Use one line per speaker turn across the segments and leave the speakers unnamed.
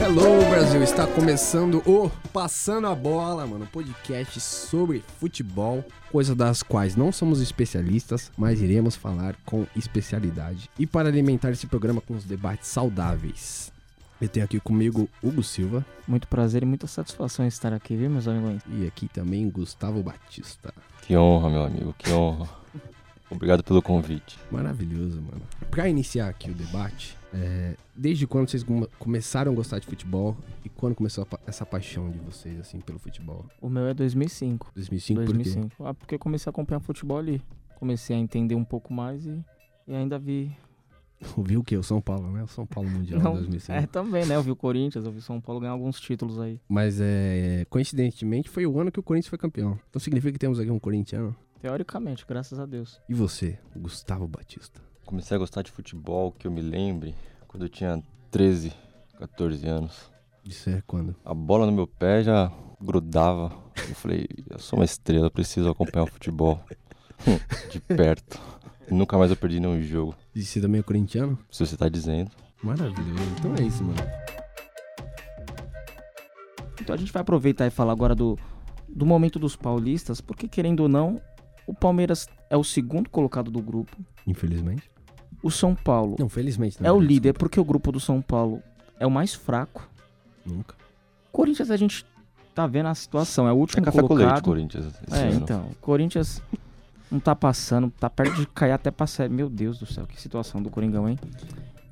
Hello Brasil, está começando o Passando a Bola, mano, Um podcast sobre futebol, coisa das quais não somos especialistas, mas iremos falar com especialidade. E para alimentar esse programa com os debates saudáveis, eu tenho aqui comigo Hugo Silva
Muito prazer e muita satisfação em estar aqui, viu, meus amigos?
e aqui também Gustavo Batista.
Que honra, meu amigo, que honra. Obrigado pelo convite.
Maravilhoso, mano. Pra iniciar aqui o debate, é, desde quando vocês come- começaram a gostar de futebol e quando começou a pa- essa paixão de vocês, assim, pelo futebol?
O meu é 2005.
2005, por quê?
2005. Ah, porque eu comecei a acompanhar futebol ali. Comecei a entender um pouco mais e, e ainda vi.
Ouviu o quê? O São Paulo, né? O São Paulo Mundial
Não,
2005.
É, também, né? Eu vi o Corinthians, eu vi o São Paulo ganhar alguns títulos aí.
Mas, é, coincidentemente, foi o ano que o Corinthians foi campeão. Então significa que temos aqui um corintiano.
Teoricamente, graças a Deus.
E você, Gustavo Batista?
Comecei a gostar de futebol, que eu me lembre, quando eu tinha 13, 14 anos.
Isso é quando?
A bola no meu pé já grudava. Eu falei, eu sou uma estrela, preciso acompanhar o futebol de perto. Nunca mais eu perdi nenhum jogo,
E você também é corintiano?
se você tá dizendo.
Maravilhoso. Então é isso, mano.
Então a gente vai aproveitar e falar agora do, do momento dos paulistas, porque querendo ou não, o Palmeiras é o segundo colocado do grupo.
Infelizmente.
O São Paulo
Não, felizmente não. né?
é o líder, porque o grupo do São Paulo é o mais fraco.
Nunca.
Corinthians a gente tá vendo a situação, é o
É
último
café com leite,
colocado.
Corinthians. esse
é,
ano.
então, o Corinthians não tá passando, tá perto de cair até pra série. Meu Deus do céu, que situação do Coringão, hein?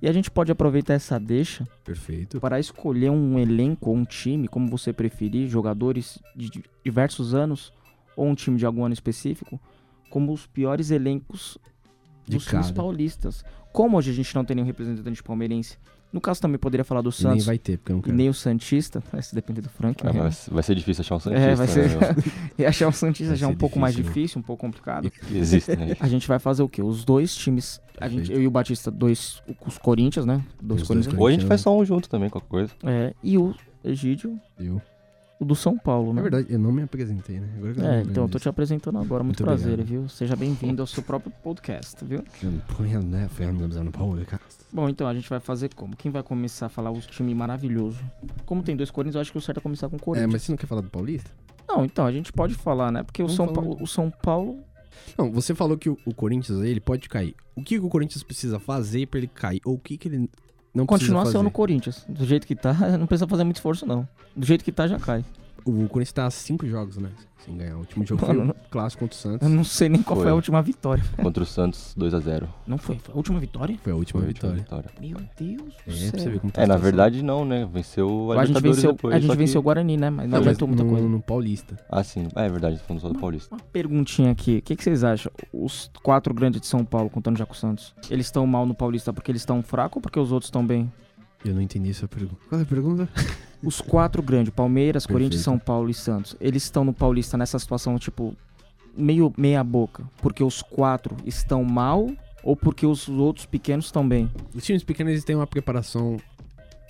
E a gente pode aproveitar essa deixa
Perfeito.
para escolher um elenco ou um time, como você preferir, jogadores de di- diversos anos ou um time de algum ano específico, como os piores elencos
De
dos times
cada.
paulistas. Como hoje a gente não tem nenhum representante palmeirense, no caso também poderia falar do
E nem
Santos
vai Ah, ter, porque eu não
e
quero.
nem o Santista, se depender do Frank.
É,
né?
mas vai ser difícil achar um Santista,
É, vai ser-
né,
E achar o Santista
Vai
já é
ser
um pouco mais
difícil, né?
difícil, um pouco complicado.
meu? Que existem aí.
A gente vai fazer o quê? Os dois times. A gente,
Perfeito.
eu e o Batista, dois. Os Corinthians, né? Dois
Os dois
Corinthians.
Ou a gente faz só um junto também, qualquer coisa.
É, e o Egídio,
Eu.
o do São Paulo,
Na
né?
É verdade, eu não me apresentei, né? Agora que eu
É, então eu tô te apresentando agora. Muito,
Muito
prazer,
obrigado.
viu? Seja bem-vindo ao seu próprio podcast, viu?
Põe né? Foi a minha no Paulo, cara.
Bom, então a gente vai fazer como? Quem vai começar a falar os time maravilhoso? Como tem dois Corinthians, eu acho que o certo é começar com o
É,
Corinthians.
mas você não quer falar do Paulista?
Não, então a gente pode falar, né? Porque o
Vamos
São,
falar.
Paulo, o São Paulo.
Não, Então, você falou que o, o Corinthians aí, ele pode cair. O que, que o Corinthians precisa fazer pra ele cair? Ou o que, que ele não
Continua
precisa
sendo
fazer?
o Corinthians. Do jeito que tá, não precisa fazer muito esforço, não. Do jeito que tá, já cai.
O Corinthians tá a cinco jogos, né? Sem ganhar. O último jogo
Mano,
foi o clássico contra o Santos.
Eu não sei nem qual foi,
Foi.
a última vitória.
Contra o Santos, 2x0.
Não foi? Foi a última Tipo vitória?
Foi a última vitória.
Tipo vitória.
Meu Deus do
É, pra você ver
céu.
como tá a
É, na
situação.
verdade não, né? Venceu a,
A gente,
Libertadores
venceu,
depois.
a gente
só que-
venceu o Guarani, né? Mas não
Não, mas hum.
adiantou muita
no,
coisa.
no Paulista.
Ah, sim. É verdade, falando só do Paulista.
Uma perguntinha aqui. O que, que vocês acham? Os quatro grandes de São Paulo, contando já com o Santos, eles estão mal no Paulista porque eles estão fracos ou porque os outros estão bem?
Eu não entendi essa pergunta. Qual é a pergunta?
Os quatro grandes, Palmeiras, Corinthians,
Perfeito.
São Paulo e Santos, eles estão no Paulista nessa situação, tipo, meio meia boca. Porque os quatro estão mal ou porque os outros pequenos estão bem?
Os times pequenos, eles têm uma preparação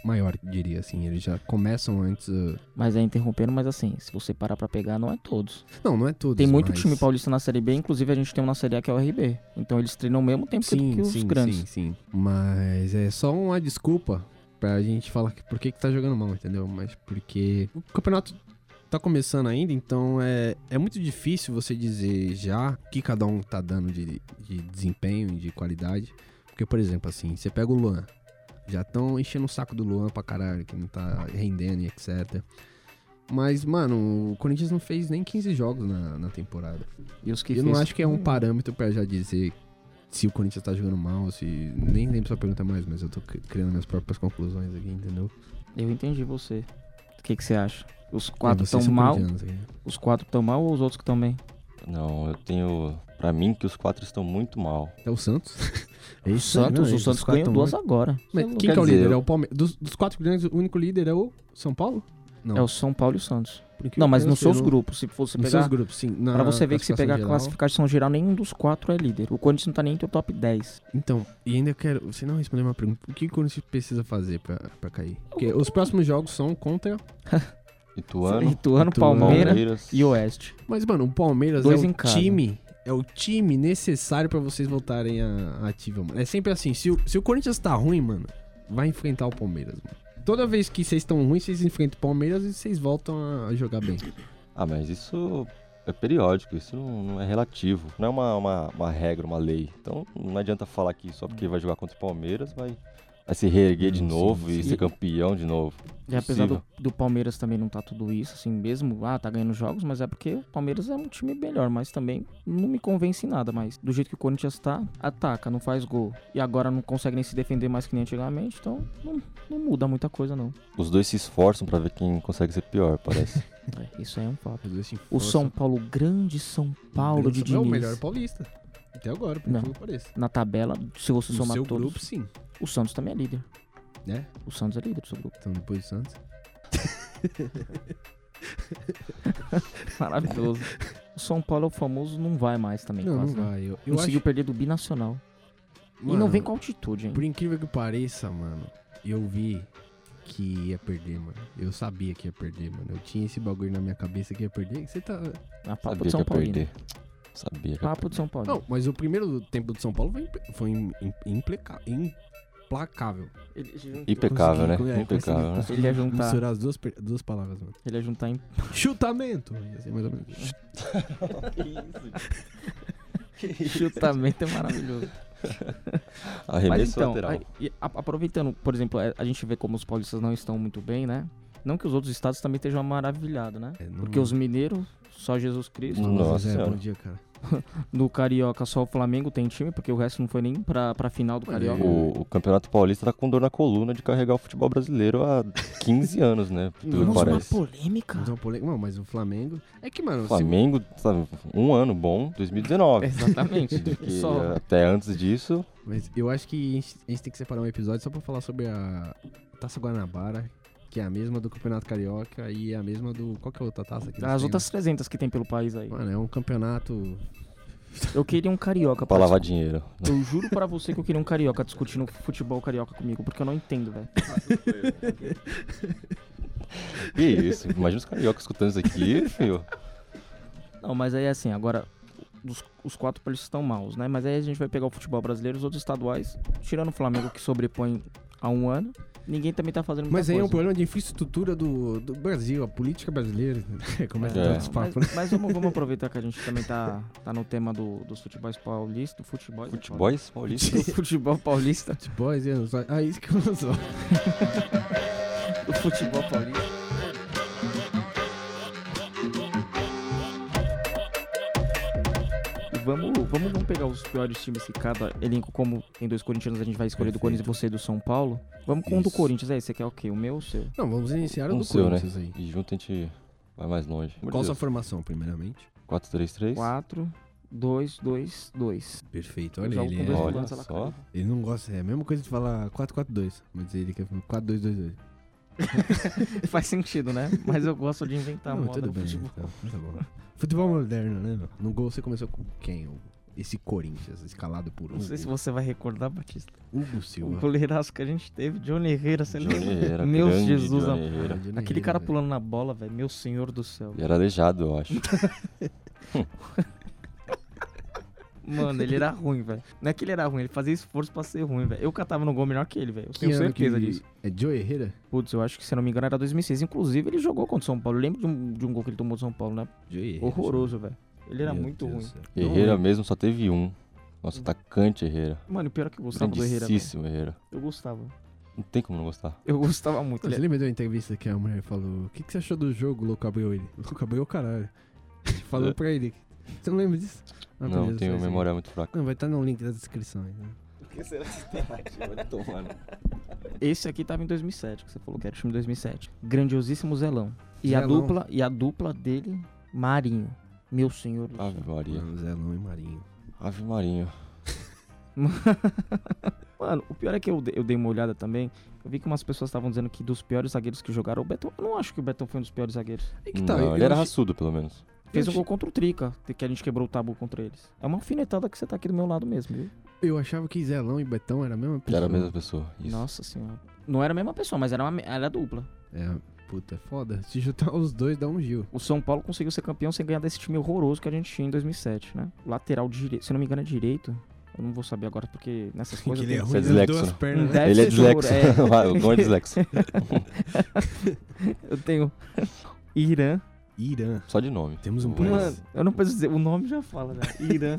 maior, diria assim. Eles já começam antes... uh,
Mas é interrompendo, mas assim, se você parar pra pegar, não é todos.
Não, não é todos,
Tem muito
mas-
time paulista na Série B, inclusive a gente tem um na Série A que é o RB. Então eles treinam ao mesmo tempo que- que os grandes.
Sim, sim. Mas é só uma desculpa pra gente falar que por que, que tá jogando mal, entendeu? Mas porque o campeonato tá começando ainda, então é, é muito difícil você dizer já o que cada um tá dando de, de desempenho, de qualidade. Porque, por exemplo, assim, você pega o Luan. Já estão enchendo o saco do Luan pra caralho, que não tá rendendo e etc. Mas, mano, o Corinthians não fez nem 15 jogos na, na temporada
E os que
eu
fez- Hum.
não acho que é um parâmetro pra já dizer se o Corinthians tá jogando mal, se. Nem lembro sua pergunta mais, mas eu tô cri- criando minhas próprias conclusões aqui, entendeu?
Eu entendi você. O que, que você acha? Os
É,
quatro
vocês
estão
são
mal,
corintianos aqui.
os quatro estão mal ou os outros que estão bem?
Não, eu tenho. Pra mim, que os quatro estão muito mal.
É o Santos. É
O
isso, não,
Santos,
é
o
isso, os
Santos
quatro
ganhou
tão
duas
mal.
agora.
Mas
Você
quem
Quer
que é o
dizer,
líder?
eu-
É o Palmeiras. Dos, dos quatro grandes, o único líder é o São Paulo?
é,
Não.
o São Paulo e o Santos.
Por que
Não,
eu
mas nos
sei,
seus
não-
grupos, se fosse
Nos
pegar.
seus grupos, sim. Na
Pra você ver que se
classificação
pegar a
geral.
classificação geral, nenhum dos quatro é líder. O Corinthians não tá nem entre o top 10.
Então, e ainda eu quero. Você não respondeu uma pergunta. O que o Corinthians precisa fazer pra, pra
É
cair? Porque os próximos jogos são contra.
Ituano,
Ituano,
Ituano,
Palmeiras
Palmeiras
e Oeste.
Mas, mano, o Palmeiras
Dois
é
em
o
cada.
time. é o time necessário pra vocês voltarem à à ativa, mano. É sempre assim, se o, se o Corinthians tá ruim, mano, vai enfrentar o Palmeiras, mano. Toda vez que vocês estão ruins, vocês enfrentam o Palmeiras e vocês voltam a jogar bem.
Ah, mas isso é periódico, isso não, não é relativo. Não é uma, uma, uma regra, uma lei. Então não adianta falar que só porque vai jogar contra o Palmeiras vai, vai se reerguer de
Sim,
novo e
sim.
ser campeão de novo.
E É, apesar do,
Possível.
do Palmeiras também não tá tudo isso, assim mesmo, ah, tá ganhando jogos, mas é porque o Palmeiras é um time melhor, mas também não me convence em nada, mas do jeito que o Corinthians tá, ataca, não faz gol. E agora não consegue nem se defender mais que nem antigamente, então não, não muda muita coisa, não.
Os dois se esforçam pra ver quem consegue ser pior, parece.
É, isso aí é um papo.
Às vezes se
O
assim, força.
São Paulo, grande São Paulo de
É o
Diniz.
melhor paulista. Até agora, por
Não.
incrível que pareça.
Na tabela, se você
No
somar
seu
todos,
grupo, sim.
o Santos também é líder.
Né?
O Santos é líder do seu grupo.
Então depois do Santos.
Maravilhoso. o São Paulo é o famoso, não vai mais também,
Não, não
quase. né?
vai. Eu, eu
Conseguiu
acho...
perder do binacional. e não
Mano,
vem com altitude, hein?
Por incrível que pareça, mano, eu vi que ia perder, mano. Eu sabia que ia perder, mano. Eu tinha esse bagulho na minha cabeça que ia perder. Você tá.
A É papo
Sabia
de
que
São
ia
Paulino. É
perder. Sabia que ia
Papo de São Paulo.
Não, mas o primeiro tempo do São Paulo foi, imp- foi im- im- implica- implacável.
Tá. Impecável,
Consegui,
né?
é,
Impecável,
consegui,
né?
Ele ia juntar,
Misturar as duas, per- duas palavras, mano.
ele ia juntar em
Chutamento! Ia ser mais ou menos.
chutamento, é maravilhoso. Mas
Arremesso
então,
lateral.
aí, e a- aproveitando, por exemplo, é, a gente vê como os paulistas não estão muito bem, né? Não que os outros estados também estejam maravilhados, né?
É, não-
Porque
Uhum.
os mineiros, só Jesus Cristo.
Não,
Nossa
mas é,
Senhora.
bom dia, cara.
No Carioca, só o Flamengo tem time, porque o resto não foi nem pra, pra final do
Olha
Carioca.
aí.
O, o Campeonato Paulista tá com dor na coluna de carregar o futebol brasileiro há 15 anos, né? Pelo que
Vamos
parece.
polêmica.
Mas é uma polêmica- Não, mas o Flamengo. É que, mano,
O
se-
Flamengo, sabe, um ano bom, 2019.
Exatamente.
Que
só
até antes disso,
mas eu acho que a gente, a gente tem que separar um episódio só pra falar sobre a Taça Guanabara, que é a mesma do Campeonato Carioca e a mesma do. Qual que é a outra taça aqui?
as outras 300 que tem pelo país aí.
Mano, é um campeonato.
Eu queria um carioca
pra
pra
lavar dinheiro.
Eu juro pra você que eu queria um carioca discutindo futebol carioca comigo, porque eu não entendo, velho.
Que isso, imagina os cariocas escutando isso aqui, filho.
Não, mas aí assim, agora os, os quatro paulistas estão maus, né? Mas aí a gente vai pegar o futebol brasileiro, os outros estaduais, tirando o Flamengo que sobrepõe a um ano, ninguém também tá fazendo muita
Mas aí é um
coisa.
problema de infraestrutura do, do Brasil, a política brasileira. né? Como é que
É.
tá esse papo, né?
Mas, mas vamos, vamos aproveitar que a gente também tá, tá no tema do, dos futebols paulistas, do futebol.
Futebol é paulista.
Do futebol paulista.
Futebol, é, ah, isso que eu não sou.
Do futebol paulista. E Vamos, vamos, vamos pegar os piores times que cada elenco, como tem dois corintianos, a gente vai escolher do
Perfeito.
Corinthians você e do São Paulo. Vamos com o do
Isso.
Corinthians é aí, você quer o quê? O meu ou o seu?
Não, vamos iniciar o
Um
do
seu, né?
Corinthians aí.
E junto a gente vai mais longe.
Qual sua formação, primeiramente?
4-3-3.
4, 2, 2, 2.
Perfeito,
Eu
olha
jogo
ele.
com
é-
dois
Olha
volantes, ela
só.
cai.
Ele não gosta, é a mesma coisa de falar 4-4-2. Mas ele quer falar 4-2-2-2.
Faz sentido, né? Mas eu gosto de inventar
Não,
Tá moda
tudo
do
bem.
futebol.
então, tá bom. Futebol moderno, né, meu? No gol você começou com quem? O- Esse Corinthians, escalado por
Não
Hugo,
sei se você vai recordar, Batista.
Hugo
O
Silva.
goleiraço que a gente teve, Johnny Herrera, você
Johnny
lembra?
Herrera,
Meu
grande
Jesus,
Johnny
amado.
Herrera.
Johnny
Aquele cara
Herrera,
pulando na bola, velho. Meu senhor do céu.
Ele era aleijado, eu acho.
Mano, ele era ruim, velho. Não é que ele era ruim, ele fazia esforço pra ser ruim, velho. Eu catava no gol melhor que ele, velho. Eu
velho.
tenho
Que ano
certeza
que-
disso.
É Joe Herrera?
Putz, eu acho que, se eu não me engano, era 2006. Inclusive, ele jogou contra o São Paulo. Eu lembro de um, de um gol que ele tomou do São Paulo, né?
Joe Herrera.
Horroroso, velho. Ele era
né? Meu
muito
Deus
ruim.
do céu. Não
Herrera
lembro.
mesmo só teve um. Nosso atacante Herrera.
Mano, o pior é que eu gostava do Herrera, velho.
Grandíssimo Herrera.
Eu gostava.
Não tem como não gostar.
Eu gostava muito.
Você
Ele...
lembra de uma entrevista que a mulher falou: O que, que você achou do jogo, Louco Abreu? Ele, Louco Abreu, caralho. falou
É.
pra ele. Você não lembra disso? Ah,
não,
beleza,
tenho
faz aí.
memória muito fraca.
Não, vai estar no link da descrição aí. Né?
Por que será que tem
Esse aqui tava em 2007, que você falou que era o time de 2007. Grandiosíssimo Zelão. E a
Zelão.
dupla, e a dupla dele, Marinho. Meu senhor
Ah,
do
Ave
céu.
Maria.
Mano, Zelão e Marinho.
Ave Marinho.
Mano, o pior é que eu, de- eu dei uma olhada também. Eu vi que umas pessoas estavam dizendo que dos piores zagueiros que jogaram, o Betão. Eu não acho que o Betão foi um dos piores zagueiros.
É que tá,
não,
eu-
ele
eu
era
achei-
raçudo, pelo menos.
Fez
Eu
um gol contra o Trica, que a gente quebrou o tabu contra eles. É uma alfinetada que você tá aqui do meu lado mesmo, viu?
Eu achava que Zelão e Betão era a mesma pessoa.
Era a mesma pessoa. Isso.
Nossa senhora. Não era a mesma pessoa, mas era, uma, me- era dupla.
É, Puta, é foda. Se juntar os dois, dá um Gil.
O São Paulo conseguiu ser campeão sem ganhar desse time horroroso que a gente tinha em 2007, né? Lateral direito, se não me engano, é direito. Eu não vou saber agora porque nessas coisas.
ele é
tem-
ruim
Você é
das duas
dislexo.
pernas, né?
Deve
Ele é
ser seguro,
dislexo.
é.
Vai, o Dom é dislexo.
né?
Eu tenho Irã.
Irã.
Só de nome.
Temos um
Mas-
país.
Mano, eu não preciso dizer, o nome já fala, velho. Irã.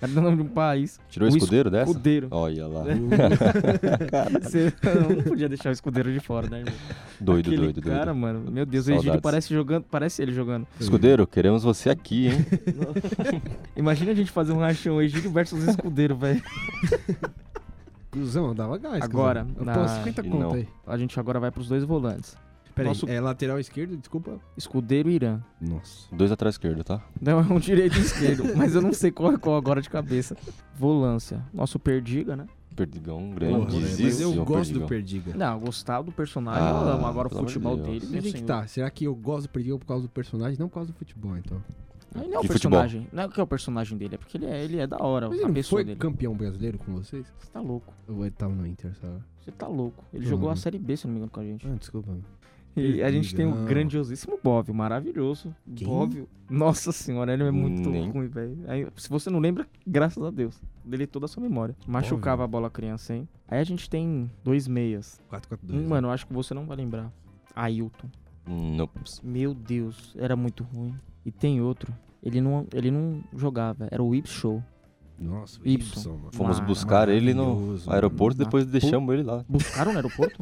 Cara, o nome de um país.
Tirou o
O
escudeiro dessa?
Escudeiro.
Olha lá.
Você eu não podia deixar o escudeiro de fora, né, irmão?
Doido,
Aquele
doido,
cara,
doido.
mano. Meu Deus, o Egídio
Saudades.
parece jogando. Parece ele jogando.
Escudeiro, queremos você aqui, hein?
Imagina a gente fazer um rachão Egídio versus escudeiro, velho.
Cusão, dava gás.
Agora,
cuzão. Eu
na-
Pô, 50
E
conto
não.
aí.
A gente agora vai pros dois volantes.
Pera
Nosso-
aí, é lateral esquerdo, desculpa.
Escudeiro e Irã.
Nossa.
Dois atrás esquerdo, tá?
Não, é um direito e esquerdo, mas eu não sei qual é qual agora de cabeça. Volância. Nosso Perdiga, né?
Perdigão
Porra,
grande.
velho,
um
mas eu gosto do Perdiga.
Não, eu gostava do personagem,
Ah,
eu amo. Agora o
pelo amor de
futebol
Deus.
dele. né?
Mas
meu
aí que
senhor.
tá, será que eu gosto do Perdiga por causa do personagem, não por causa do futebol, então?
Aí não é o
E futebol.
personagem. Não é o que é o personagem dele, é porque ele é, ele é da hora,
Mas
a
ele não
pessoa
foi
dele.
campeão brasileiro com vocês?
Você tá louco.
Ou ele tava no Inter, sabe?
Você tá louco. Ele
Uhum.
jogou a série B, se não me engano, com a gente.
Ah, desculpa.
E a gente tem o
Perdigão.
grandiosíssimo Bob, maravilhoso.
Quem?
Bob. Nossa senhora, ele é muito
Nem-
ruim, velho. Aí, Se você não lembra, graças a Deus. Dele é toda a sua memória. Machucava a bola criança, hein? Aí a gente tem dois meias.
4-4-2.
Um, mano, eu acho que você não vai lembrar. Ailton.
Nope.
Meu Deus, era muito ruim. E tem outro. Ele não, ele não jogava, era o Whip Show.
Nossa, o
Ibson.
Ibson, mano.
Fomos
Mara-
buscar ele no
maravilhoso,
aeroporto,
mano.
depois deixamos ele lá.
Buscaram no aeroporto?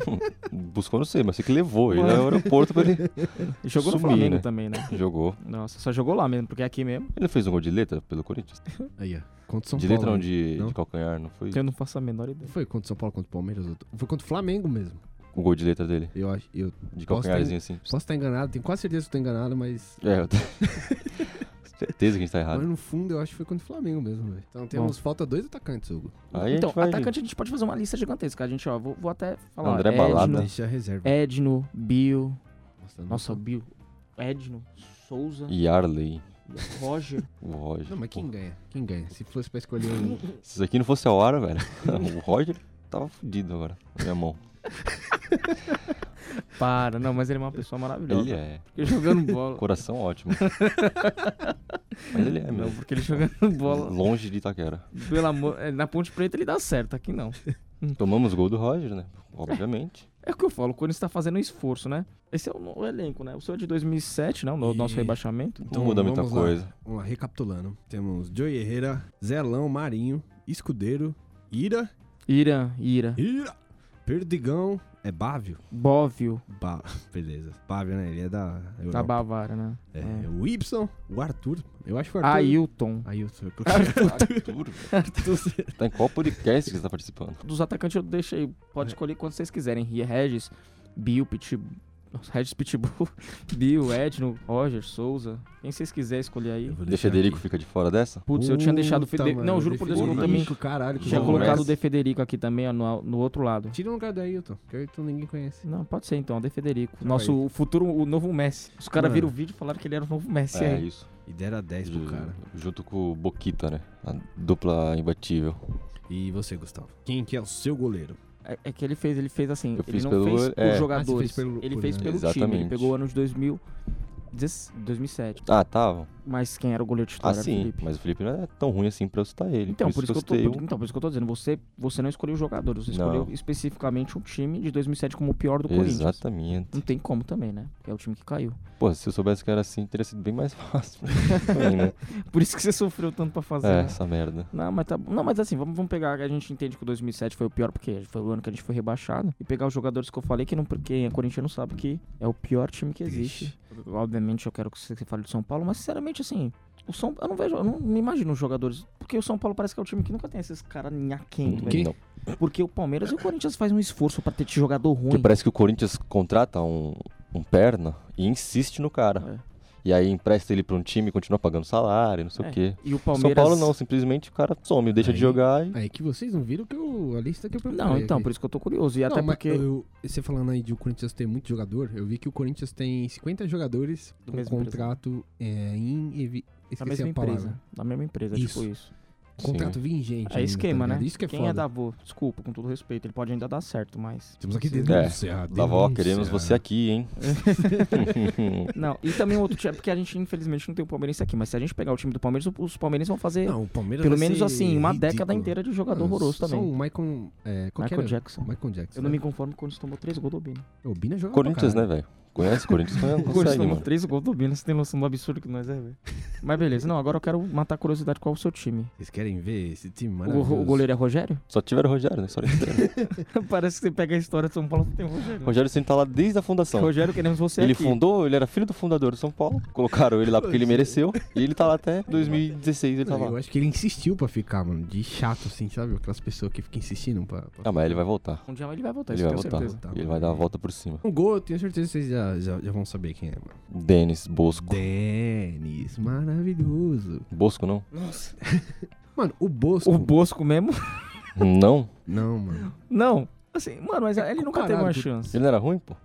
Buscou, não sei, mas sei que levou ele
Mano.
no aeroporto pra ele.
E jogou no
Sumir,
Flamengo
né?
também, né?
Jogou.
Nossa, só jogou lá mesmo, porque aqui mesmo
Ele não fez um gol de letra pelo Corinthians?
Aí, ó. Contra o São
de
Paulo.
letra não,
né?
de,
Não?
de calcanhar, não foi?
eu não faço a menor ideia.
Não foi contra o São Paulo, contra o Palmeiras? outro- Foi contra o Flamengo mesmo.
O gol de letra dele.
Eu acho. Eu
De
Posso ter-
calcanharzinho assim.
posso estar enganado, tenho quase certeza que eu tô enganado, mas.
É, eu tenho certeza que a gente tá errado.
Mas no fundo eu acho que foi contra o Flamengo mesmo, velho. Então temos falta dois atacantes, Hugo.
Aí
então,
a gente vai...
atacante a gente pode fazer uma lista gigantesca. A gente, ó, vou, vou até falar.
André
ó,
Balada. Uhum.
Edno,
Deixa a reserva.
Edno, Bio.
É. Nossa, não-
Nossa, o Bio. Edno, Souza,
Yarley,
Roger.
o Roger.
Não, mas quem ganha? Quem ganha? Se fosse pra escolher um.
Se isso aqui não fosse a hora, velho, o Roger tava fudido agora, na minha mão.
Para, não, mas ele é uma pessoa maravilhosa.
Ele
né?
é.
Porque jogando bola.
Coração ótimo. mas ele é
Não,
mesmo.
porque ele jogando bola.
Longe de Itaquera.
Pelo amor. é, Na Ponte Preta ele dá certo, aqui não.
Tomamos gol do Roger, né? Obviamente.
É o que eu falo, o Corinthians tá fazendo um esforço, né? Esse é o, no- o elenco, né? O seu é de 2007, né? O no-
E-
nosso rebaixamento.
não Então muda muita
Então um, vamos lá.
coisa.
Vamos lá, recapitulando. Temos Joey Herrera, Zelão, Marinho, Escudeiro, Ira,
Ira, Ira.
Ira, Perdigão, é Bávio?
Bóvio,
Ba... Beleza. Bávio, né? Ele é da Europa.
da Bavária, né? Ah,
É, O Ibson, o Arthur. Eu acho que o Arthur... Ah,
Ailton.
Ailton.
Arthur, velho. tá em qual podcast que você tá participando?
Dos atacantes eu deixei.
É.
Pode escolher quando vocês quiserem. Ria Regis, Bill, Pitbull. Nossa, Regis Pitbull, Bill, Edno, Roger, Souza. Quem vocês quiserem escolher aí.
vou
De
deixar
Federico
aqui.
fica de fora dessa?
Putz, eu tinha deixado o
Puta,
Federico.
mano,
Não,
o
juro por Deus que eu
Federico,
também
lixo, caralho, que
tinha
bom. né?
colocado o
Conversa.
De Federico aqui também, ó, no, no outro lado.
Tira um lugar do Ailton, que o Ailton ninguém conhece.
Não, pode ser então, o De Federico.
Não,
Nosso futuro, o novo Messi. Os caras
Mano.
viram o vídeo e falaram que ele era o novo Messi
é,
aí.
isso.
E deram 10 pro
Hum.
Ju-
cara.
Junto com o Boquita, né? A dupla imbatível.
E você, Gustavo? Quem que é o seu goleiro?
É, é que ele fez, ele fez assim,
Eu
ele
fiz
não
pelo-
fez por
é. Ah, você fez
jogadores,
pelo-
ele
por-
fez pelo time, ele
Exatamente.
pegou o ano de 2000, 2007.
Ah, tá.
Mas quem era o goleiro titular
Ah,
era o
sim.
Felipe.
Mas o Felipe não é tão ruim assim pra eu citar ele.
Então, por isso que eu tô,
citei
por-
um.
então, por isso que eu tô dizendo, você, você não escolheu os jogadores, você escolheu
Não.
especificamente o time de 2007 como o pior do Corinthians.
Exatamente.
Não tem como também, né? Porque É o time que caiu.
Pô, se eu soubesse que era assim, teria sido bem mais fácil. Também, né?
Por isso que você sofreu tanto pra fazer.
é,
né?
essa merda.
Não, mas tá bom. Não, mas assim, vamos, vamos pegar. A gente entende que o 2007 foi o pior, porque foi o ano que a gente foi rebaixado. E pegar os jogadores que eu falei, que não, quem é corintiano sabe que é o pior time que existe. Obviamente eu quero que você fale do São Paulo, mas sinceramente, assim, o São eu não vejo, eu não me imagino os jogadores. Porque o São Paulo parece que é o time que nunca tem esses caras nhaquento, velho.
Não.
Porque o Palmeiras e o Corinthians fazem um esforço pra ter jogador
Porque
ruim.
parece que o Corinthians contrata um, um perna e insiste no cara.
É.
E aí empresta ele pra um time e continua pagando salário, não sei
É.
o quê.
E o
São
Palmeiras.
Paulo não, simplesmente o cara some, deixa
Aí-
de jogar e.
É que vocês não viram que eu, a lista que eu preparei
Não, então,
aqui.
por isso que eu tô curioso. E
Não,
até
mas
porque.
eu- você falando aí de o Corinthians ter muito jogador, eu vi que o Corinthians tem 50 jogadores
Do
com
mesmo
contrato é, em... evi-
Da
Esqueci
mesma
a palavra.
empresa. Da mesma empresa,
Isso.
tipo isso.
Contrato vingente.
É
ainda,
esquema,
tá
né?
ligado? Isso que é
Quem
foda.
é Davô, desculpa, com todo respeito, ele pode ainda dar certo, mas.
Temos aqui
Sim.
denunciar.
Davó,
denunciar.
É, queremos você aqui, hein?
Não, e também um outro time, é porque a gente infelizmente não tem o Palmeirense aqui, mas se a gente pegar o time do Palmeiras, os Palmeirenses vão fazer
Não, o Palmeiras
pelo
vai
menos
ser
assim, uma
ridículo.
década inteira de jogador
Não,
horroroso
só
também.
o Michael... É, qual que
Michael
era?
Jackson.
Michael Jackson. É,
Eu não me conformo quando tomou três gols do Bino.
O Bina joga pra
Corinthians, né,
caralho.
velho? Conhece Corinthians? Não
Corinthians
consegue,
tomou
mano.
três gols do Bino, você tem noção do absurdo que nós é, velho. Mas beleza, não, agora eu quero matar a curiosidade qual é o seu time.
né?
Vocês querem ver esse time
O,
maravilhoso?
o goleiro é Rogério?
Só tiveram o Rogério, né? Só inteira.
Parece que você pega a história de São Paulo, tem o Rogério.
Rogério sempre tá lá desde a fundação.
Rogério, queremos você
Ele
aqui.
fundou, ele era filho do fundador do São Paulo. Colocaram ele lá porque ele mereceu. E ele tá lá até 2016, ele tá
Eu
lá.
acho que ele insistiu pra ficar, mano. De chato, assim, sabe? Aquelas pessoas que ficam insistindo pra... pra...
Ah, mas ele vai voltar.
Um dia ele vai voltar,
Ele
isso eu
vai
tenho
voltar.
certeza.
Tá,
E ele
mano.
vai dar a volta por cima.
Um gol, eu tenho certeza que vocês já, já, já vão saber quem é, mano.
Denis Bosco.
Denis, maravilhoso.
Bosco, não?
Nossa.
Mano, o Bosco...
O Bosco mesmo?
Não?
Não, mano.
Não. Assim, mano,
É
mas ele nunca teve
comparado
uma
com-
chance.
Ele não era ruim, pô?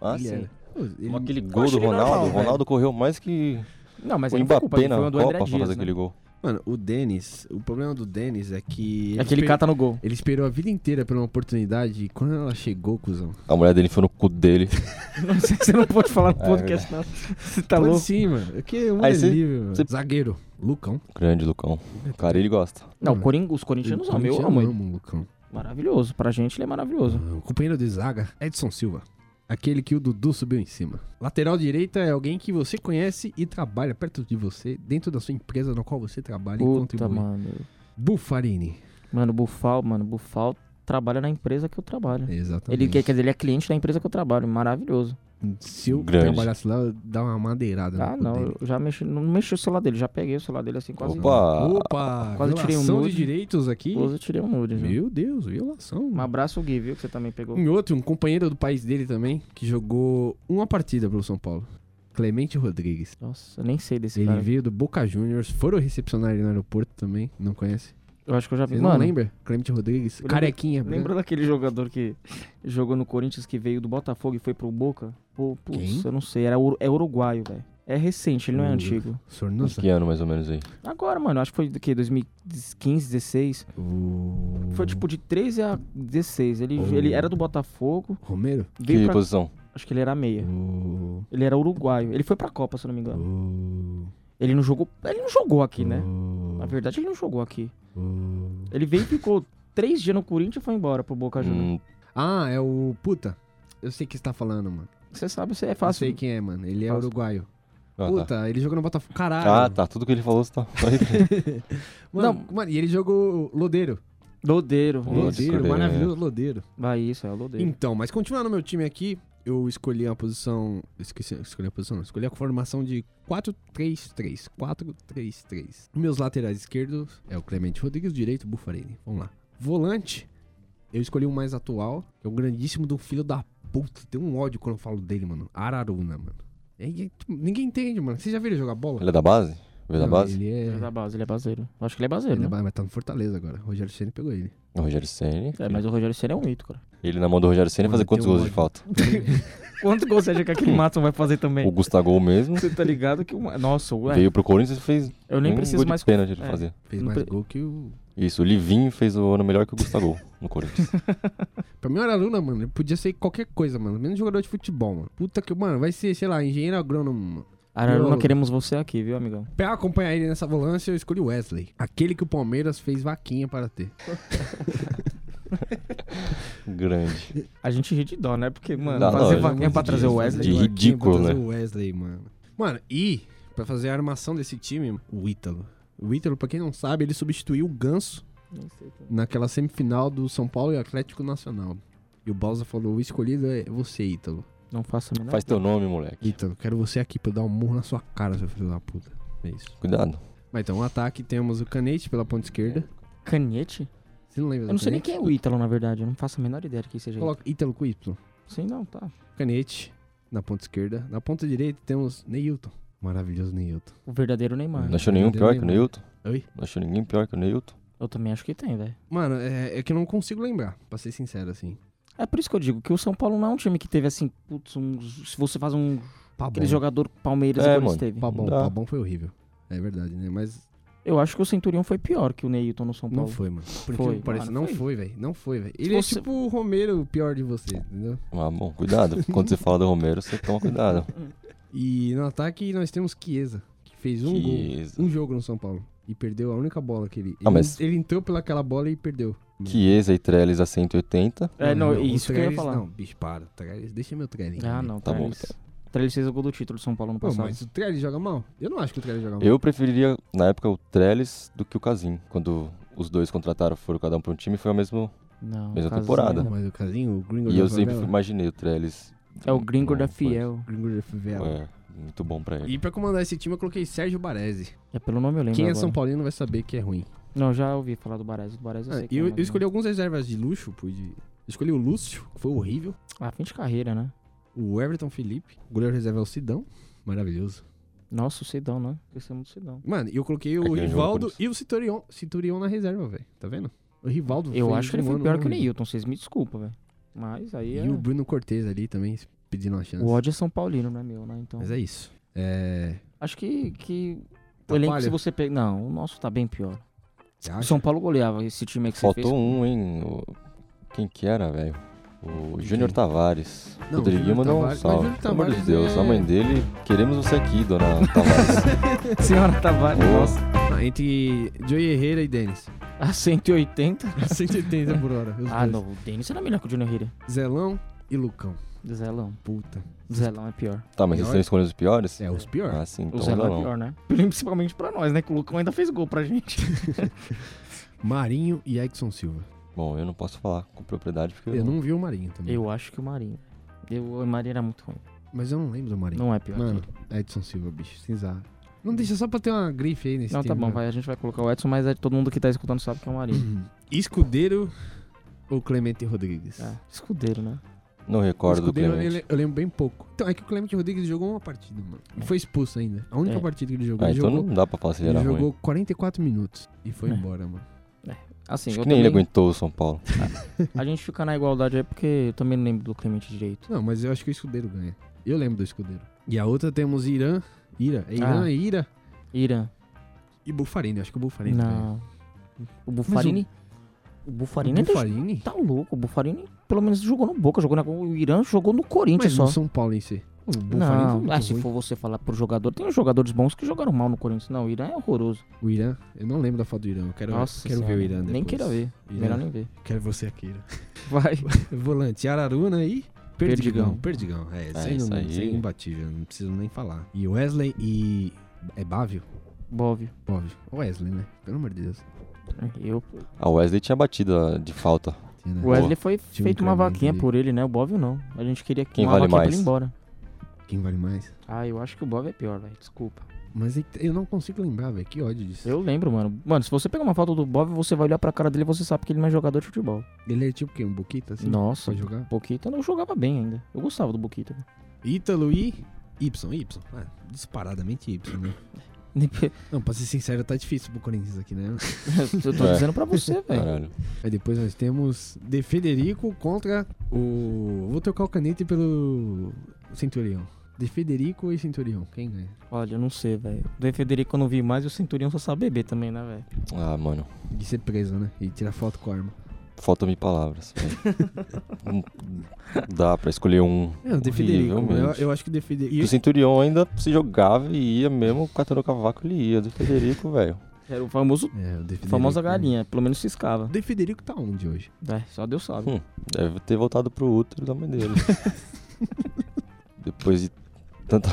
Ah,
Ele
sim.
era- Pô, ele-
Com aquele
Eu
gol
achei
do
ele normal,
Ronaldo, o
velho.
Ronaldo correu mais que
Não, mas
o
ele não foi culpa,
Mbappé
ele
na
foi um do
Copa
André
pra fazer
Dias, né?
aquele gol.
Mano, o Denis... O problema do Denis é que... ele
É que ele
esper-
cata no gol.
Ele esperou a vida inteira por uma oportunidade e quando ela chegou, cuzão.
Tá
A mulher dele foi no cu dele.
Não sei, você não pode falar no
É
podcast, não. Você tá
Pode
louco?
sim, mano. É Que é um
Aí cê-
nível, mano.
cê-
Zagueiro, Lucão.
Grande Lucão. O cara, ele gosta.
Não,
Mano,
Coring- os corintianos amam, eu
Corinthians
é
amo ele.
ama o Lucão.
Maravilhoso, pra gente ele é maravilhoso.
Ah, O companheiro de zaga, Edson Silva. Aquele que o Dudu subiu em cima. Lateral direita é alguém que você conhece e trabalha perto de você, dentro da sua empresa na qual você trabalha e
Puta,
contribui.
mano.
Bufarini.
Mano, Bufal, mano, Bufal trabalha na empresa que eu trabalho.
Exatamente.
Ele, quer quer dizer, ele é cliente da empresa que eu trabalho, maravilhoso.
Se eu
Grande.
trabalhasse lá, eu dava uma madeirada. no
Ah,
cu dele.
não, eu já mexi, não mexi o celular dele, já peguei o celular dele assim, quase.
Opa!
Opa,
Quase tirei um
Ah, violação de
nude.
direitos aqui.
Inclusive, eu tirei um nude. já.
Meu Deus, violação.
Um abraço, Gui, viu, que você também pegou.
Um outro, um companheiro do país dele também, que jogou uma partida pelo São Paulo. Clemente Rodrigues.
Nossa, eu nem sei desse
Ele
cara.
veio do Boca Juniors, foram recepcionar ele no aeroporto também, não conhece?
Eu acho que eu já vi.
Vocês
Mano,
não lembra? Clemente Rodrigues,
lembro-
carequinha.
lembra daquele jogador que jogou no Corinthians, que veio do Botafogo e foi pro Boca? Pô, putz,
Quem?
eu não sei, era, uru- é uruguaio, velho. É recente, ele não é
Uru-
antigo.
Sornosa.
Que ano mais ou menos aí?
Agora, mano, acho que foi do que? 2015, 16?
O...
Foi tipo de 13 a 16. Ele,
Oh.
ele era do Botafogo,
Romero?
veio
Que
pra.
posição?
Acho que ele era meia.
O...
Ele era uruguaio. Ele foi pra Copa, se eu não me engano.
Oh.
O...
Ele não jogou. Ele não jogou aqui, né?
O...
Oh.
Na verdade, ele não jogou aqui.
o-
Ele veio e ficou três dias no Corinthians e foi embora pro Boca Juniors.
Hum,
Ah, é o... Puta, eu sei o que você tá falando, mano.
Hum.
Você sabe, você é
Eu
fácil.
sei quem é, mano. Ele é
Fácil.
uruguaio.
ah, tá.
Puta, ele jogou no Botafogo. Caralho.
Ah, tá. Tudo que ele falou, você tá.
Mano, mano, e ele jogou Lodeiro.
Lodeiro.
Putz,
Isso.
Lodeiro,
Lodeiro. é.
maravilhoso Lodeiro.
Vai, isso, é o Lodeiro.
é. Então, mas continuando meu time aqui, eu escolhi a posição. Esqueci, escolhi a posição, não. Escolhi a formação de 4-3-3. 4-3-3. Meus laterais esquerdos é o Clemente Rodrigues, direito, Bufarini. Vamos lá. Volante, eu escolhi o mais atual, que é o grandíssimo do filho da puta. Tem um ódio quando eu falo dele, mano. Araruna, mano. É, é, tu- ninguém entende, mano. Vocês já viram ele jogar bola?
Ele é da base? Veio da
Não,
base?
Ele
Ele
é.
é da base, ele é baseiro. Eu acho que ele é baseiro,
Ele é
né?
ba- mas tá no Fortaleza agora. O Rogério Ceni pegou ele.
O Rogério Senna.
É, mas o Rogério Senna é um mito, cara.
Ele na mão do Rogério Senna ia
Mano,
fazer quantos
tem um
gols de falta?
Quanto gol você acha que aquele Matson vai fazer também?
O Gustavo mesmo
Você tá ligado que o. Nossa, ué.
veio pro Corinthians e fez
Eu nem
um
preciso
gol de
mais.
pênalti ele
é.
fazer.
Fez
Não
mais
pre-
gol que o.
Isso, o Livinho fez o ano melhor que o Gustavo no Corinthians.
Pra mim, o Araruna, mano, ele podia ser qualquer coisa, mano. Menos jogador de futebol, mano. Puta que, mano, vai ser, sei lá, engenheiro agrônomo, mano.
Araruna,
Meu-
queremos você aqui, viu, amigão?
Pra acompanhar ele nessa volância, eu escolhi o Wesley. Aquele que o Palmeiras fez vaquinha para ter.
Grande.
A gente ri de dó, né? Porque, mano,
Não,
fazer
não,
vaquinha
eu-
pra trazer o Wesley.
de
Vaquinha
Tá ridículo,
pra trazer
né?
o Wesley, mano. Mano, e pra fazer a armação desse time, o Ítalo. O Ítalo, pra quem não sabe, ele substituiu o Ganso
Nem sei, cara.
naquela semifinal do São Paulo e Atlético Nacional. E o Balsa falou, o escolhido é você, Ítalo.
Não faça a menor
Faz teu nome, moleque.
Ítalo, quero você aqui pra eu dar um murro na sua cara, seu filho da puta. É isso.
Cuidado.
Mas então, um ataque, temos o Canete pela ponta esquerda.
Canhete?
Você não lembra
Eu
do
não sei nem
Canete?
quem é o Ítalo, na verdade. Eu não faço a menor ideia de quem seja ele.
Coloca Ítalo com Y.
Sim, não, tá.
Canete na ponta esquerda. Na ponta direita temos Neilton. Maravilhoso Neilton.
O verdadeiro Neymar.
Não achou nenhum
Verdadeiro
pior que o
Neymar.
Neilton?
Oi?
Não achou ninguém pior que o Neilton?
Eu também acho que tem, velho.
Mano, é, é que eu não consigo lembrar, pra ser sincero, assim.
É por isso que eu digo que o São Paulo não é um time que teve assim, putz, um, se você faz um
Pabon.
aquele jogador Palmeiras
É,
e Corinthians
mano.
teve.
Pabon,
Dá.
Pabon foi horrível. É verdade, né? Mas
Eu acho que o Centurião foi pior que o Neilton no São
Não
Paulo.
foi, mano. Por
Foi.
que parece?
Ah,
Não
não
foi, velho. Não foi, velho. Ele
Você-
é tipo o Romero o pior de você, entendeu?
Ah, bom, cuidado. Quando você fala do Romero, você toma cuidado.
E no ataque nós temos Chiesa, que fez um
Chiesa.
gol, um jogo no São Paulo. E perdeu a única bola que ele.
Ah, mas-
ele, ele entrou pelaquela bola e perdeu.
Chiesa e Trellis a 180.
É, não,
o
isso que eu ia
Trellis-
falar.
Não, bicho, para. Trellis, deixa meu Trellis.
Ah,
né?
não,
Tá bom,
Trellis. Trellis fez o gol do título do São Paulo no
Pô,
passado.
mas o Trellis joga mal? Eu não acho que o Trellis joga mal.
Eu preferiria, na época, o Trellis do que o Casim. Quando os dois contrataram, foram cada um pra um time, foi a mesma.
Não,
Mesma
Casinha.
temporada.
Não, mas o Casinho, o Gringo
E
da
eu sempre
favela,
imaginei o Trellis.
É o gringo
Bom,
da
foi.
Fiel.
Gringo da favela.
É, muito bom pra ele.
E pra comandar esse time eu coloquei Sérgio Baresi.
É pelo nome eu lembro
Quem é
agora.
São Paulino vai saber que é ruim.
Não, já ouvi falar do Baresi. Do Baresi eu
Ah,
sei
e eu,
quem é,
eu
mas
escolhi algumas reservas de luxo, pude. Eu Escolhi o Lúcio, que foi horrível.
não. Ah, fim de carreira, né?
O Everton Felipe. O goleiro reserva é o Sidão. Maravilhoso.
Nossa, o Sidão, né? Esquecemos do Sidão.
Mano, e eu coloquei
É
o
que ele jogou
Rivaldo
por isso.
e o Citurion. Citurion na reserva, velho. Tá vendo? O Rivaldo
Eu
fez
acho que ele
um
foi
ano
pior que o
horrível.
Neilton, vocês me desculpam, velho. Mas aí é...
E o Bruno Cortez ali também pedindo uma chance.
O ódio é São Paulino, não é meu, né? Então.
Mas é isso. É.
Acho que, que o
Tá
elenco,
palha?
se você pega. Não, o nosso tá bem pior.
Você
O
acha?
São Paulo goleava esse time aí que
Faltou
você
um, hein? o- Quem que era, velho? O
De
Júnior
quem? é?
Tavares.
Não,
Rodriguinho
Júnior
mandou um
Tavares- mas
salve.
Júnior
Pelo amor de
Tavares
Deus,
é-
a mãe dele, queremos você aqui, dona Tavares.
fez. Senhora Tavares, nossa.
Ah, entre Joey Herrera e Denis.
A 180.
180 por hora. os
Ah,
dois.
não. O Denis era melhor que o Junior Herrera.
Zelão e Lucão.
Zelão.
Puta.
Zelão é pior.
tá, mas vocês estão escolhendo os piores?
É, os piores.
Ah, sim,
O
então
Zelão
ainda
é
não.
pior, né? Principalmente pra nós, né? Que o Lucão ainda fez gol pra gente.
Marinho e Erickson Silva.
Bom, eu não posso falar com propriedade porque
Eu não vi o Marinho também.
Eu acho que o Marinho. Eu, o Marinho era muito ruim.
Mas eu não lembro do Marinho.
Não é pior.
Mano,
que ele.
Edson Silva, bicho. Cinza. Não deixa só pra ter uma grife aí nesse
Não,
time.
tá bom,
né?
vai. A gente vai colocar o Edson, mas é- todo mundo que tá escutando sabe que é o
Uhum.
Marinho.
Escudeiro ou Clemente Rodrigues?
É, escudeiro, né?
não recordo do
Escudeiro,
Clemente.
ele- eu lembro bem pouco. Então, é que o Clemente Rodrigues jogou uma partida, mano. E foi expulso ainda. A única
É.
partida que ele jogou.
Ah,
ele
então
jogou,
não dá pra falar se ele
ele
era ruim.
jogou 44 minutos e foi
É.
embora, mano.
Assim,
Acho
eu
que nem ele
também-
aguentou o São Paulo.
A gente fica na igualdade aí porque eu também não lembro do Clemente direito.
Não, mas eu acho que o Escudeiro ganha. Eu lembro do Escudeiro. E a outra temos Irã. Ira. É Irã,
Ah.
é Ira.
Irã.
E Bufarini. Acho que o Bufarini ganha.
Não. O Bufarini. O
O
Bufarini, é do-
Bufarini?
tá louco. O Bufarini pelo menos jogou no Boca, jogou na... O Irã jogou no Corinthians
Mas
só.
no São Paulo em si. O Bufarini foi
Não,
muito
ah, se
ruim.
for você falar pro jogador, tem uns jogadores bons que jogaram mal no Corinthians. Não, o Irã é horroroso.
O Irã, eu não lembro da foto do Irã. Eu quero,
Nossa,
quero ver
senhora.
o Irã depois.
Nem queira ver.
Irã.
Melhor nem ver.
Quero você aqui. Irã.
Vai.
Volante Araruna e Perdigão. Perdigão,
Perdigão.
é, sem,
isso aí.
sem imbatível, não preciso nem falar. E Wesley e. É Bávio?
Bove.
Bávio. Wesley, né? Pelo amor de Deus.
Eu...
A Wesley tinha batida de falta.
Tinha, né?
O Wesley foi
Tinha um
feito uma
Clemente
vaquinha
ali.
por ele, né? O Bove não. A gente queria que
Quem
uma
vale
vaquinha pra
mais?
ele ir embora.
Quem vale mais?
Ah, eu acho que o Bove é pior, velho. Desculpa.
Mas é que eu não consigo lembrar, velho. Que ódio disso.
Eu lembro, mano. Mano, se você pegar uma foto do Bob, você vai olhar pra cara dele e você sabe que ele não é jogador de futebol.
Ele é tipo o quê? Um Boquita, assim?
Nossa,
Pode jogar?
Boquita não jogava bem ainda. Eu gostava do Boquita.
Ítalo e. Y, Y. Ah, disparadamente Y, né? Não, pra ser sincero, tá difícil pro Corinthians aqui, né?
Eu tô
É.
dizendo pra você, velho.
Caralho.
Aí depois nós temos De Federico contra o. Vou trocar o canete pelo Centurião. De Federico e Centurião. Quem ganha?
Olha, eu não sei, velho. Do Federico eu não vi mais e o Centurião só sabe beber também, né, velho?
Ah, mano.
De ser preso, né? E tirar foto com a arma.
Faltam-me palavras. velho. não dá pra escolher um.
Não, É, De Federico.
Horrivelmente.
Eu, eu acho que De Federico.
Porque o Centurião ainda se jogava e ia mesmo, catando o cavaco, ele ia. Do Federico, velho.
Era o famoso,
É, o De Federico.
famosa
né?
galinha. Pelo menos ciscava.
O De Federico tá onde hoje?
É, só Deus sabe.
Hum. Deve ter voltado pro útero da mãe dele. Depois de tanta.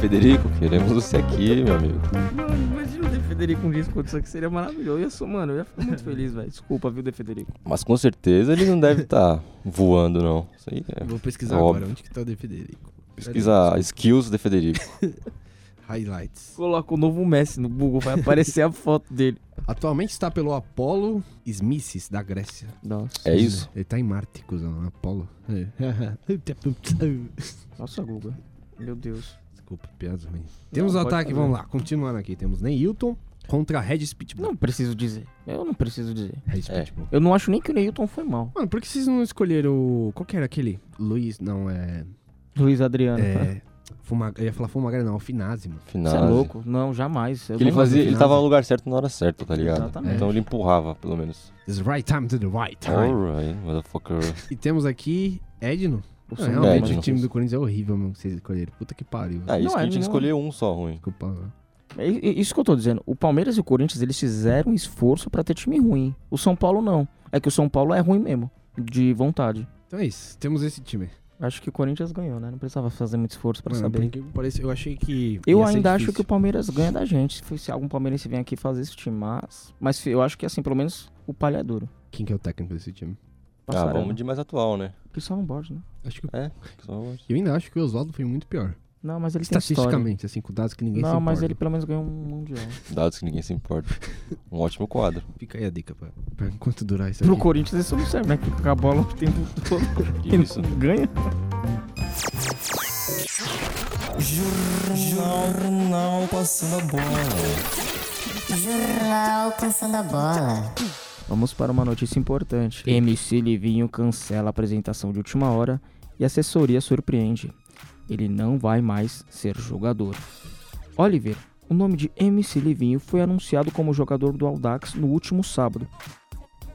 Federico, queremos você aqui, meu amigo.
Mano, imagina o De Federico um dia escuta isso aqui, seria maravilhoso. Eu ia sou, mano, eu ia ficar muito feliz, velho. Desculpa, viu, De Federico?
Mas com certeza ele não deve estar voando, não. Isso aí é.
Vou pesquisar
Óbvio.
agora. Onde que tá o De Federico?
Pesquisa skills de Federico.
Highlights.
Coloca o novo Messi no Google, vai aparecer a foto dele.
Atualmente está pelo Apollo Smiths, da Grécia.
Nossa.
É isso?
Ele tá em Marte, cuzão. Apollo. É.
Nossa, Guga. Meu Deus.
Desculpa, piadas ruins. Temos o
pode
ataque,
fazer.
vamos lá. Continuando aqui, temos Neilton Contra Regis Pitbull.
Não preciso dizer. Eu não preciso dizer.
Regis
É.
Pitbull.
Eu não acho nem que o Neilton foi mal.
Mano, por que vocês não escolheram. o- Qual que era aquele? Luiz, não, é.
Luiz Adriano. cara.
é Fuma- Eu ia falar Fumagalli, não, Alfinazzi, mano.
Finale.
Você é louco? Não, jamais. Eu
Que ele
não-
fazia, ele
Finazzi.
tava no lugar certo na hora certa, tá ligado?
Exatamente.
Então ele empurrava, pelo menos.
It's right time to the right time.
Alright, motherfucker.
E temos aqui Edno.
O
Não,
São
é,
realmente
Paulo-
o
Edno.
time do Corinthians é horrível, mano, que vocês escolheram. Puta que pariu.
É, isso
Não,
que a
é,
gente tinha que
não-
escolher um só ruim.
Desculpa. mano.
É i- Isso que eu tô dizendo. O Palmeiras e o Corinthians, eles fizeram um esforço pra ter time ruim. O São Paulo não. É que o São Paulo é ruim mesmo. De vontade.
Então é isso. Temos esse time.
Acho que o Corinthians ganhou, né? Não precisava fazer muito esforço pra
Mano, por
saber.
incrível que pareça, eu achei que.
Eu
ia ser
ainda acho que
difícil.
o Palmeiras ganha da gente. Se- Se algum palmeirense vem aqui fazer esse time, mas... Mas eu acho que, assim, pelo menos o palha é duro.
Quem que é o técnico desse time?
Ah,
Passarela.
vamos de mais atual, né?
Que só não bode, né?
Acho que.
É, só hoje.
Eu ainda acho que o Oswaldo foi muito pior.
Não, mas ele tem história.
Estatisticamente, assim, com dados que ninguém se
Não, mas
importa.
ele pelo menos ganhou um mundial.
Dados que ninguém se importa. Um ótimo quadro.
Fica aí a dica, pá. Pra enquanto durar isso
Pro
aqui.
Corinthians isso não serve, né? Que a bola o tempo todo
E isso.
ganha.
Jornal passando a bola.
Jornal Passando a Bola.
Vamos para uma notícia importante. MC Livinho cancela a apresentação de última hora e a assessoria surpreende. Ele não vai mais ser jogador. Oliver, o nome de MC Livinho foi anunciado como jogador do Audax no último sábado.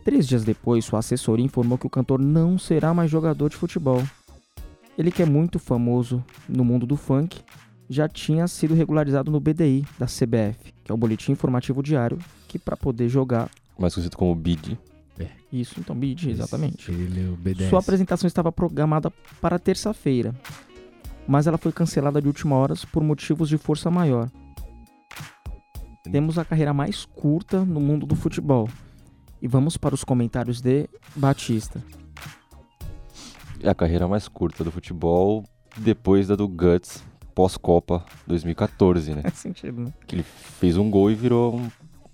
Três dias depois, sua assessoria informou que o cantor não será mais jogador de futebol. Ele que é muito famoso no mundo do funk, já tinha sido regularizado no BDI da CBF, que é o boletim informativo diário, que para poder jogar
Mais conhecido como BID.
isso, então, BID, exatamente.
Ele leu o BDS.
Sua apresentação estava programada para terça-feira, mas ela foi cancelada de última hora por motivos de força maior. Temos a carreira mais curta no mundo do futebol. E vamos para os comentários de Batista.
É a carreira mais curta do futebol, depois da do Guts, pós-Copa 2014, né?
Faz sentido, né?
Que ele fez um gol e virou um-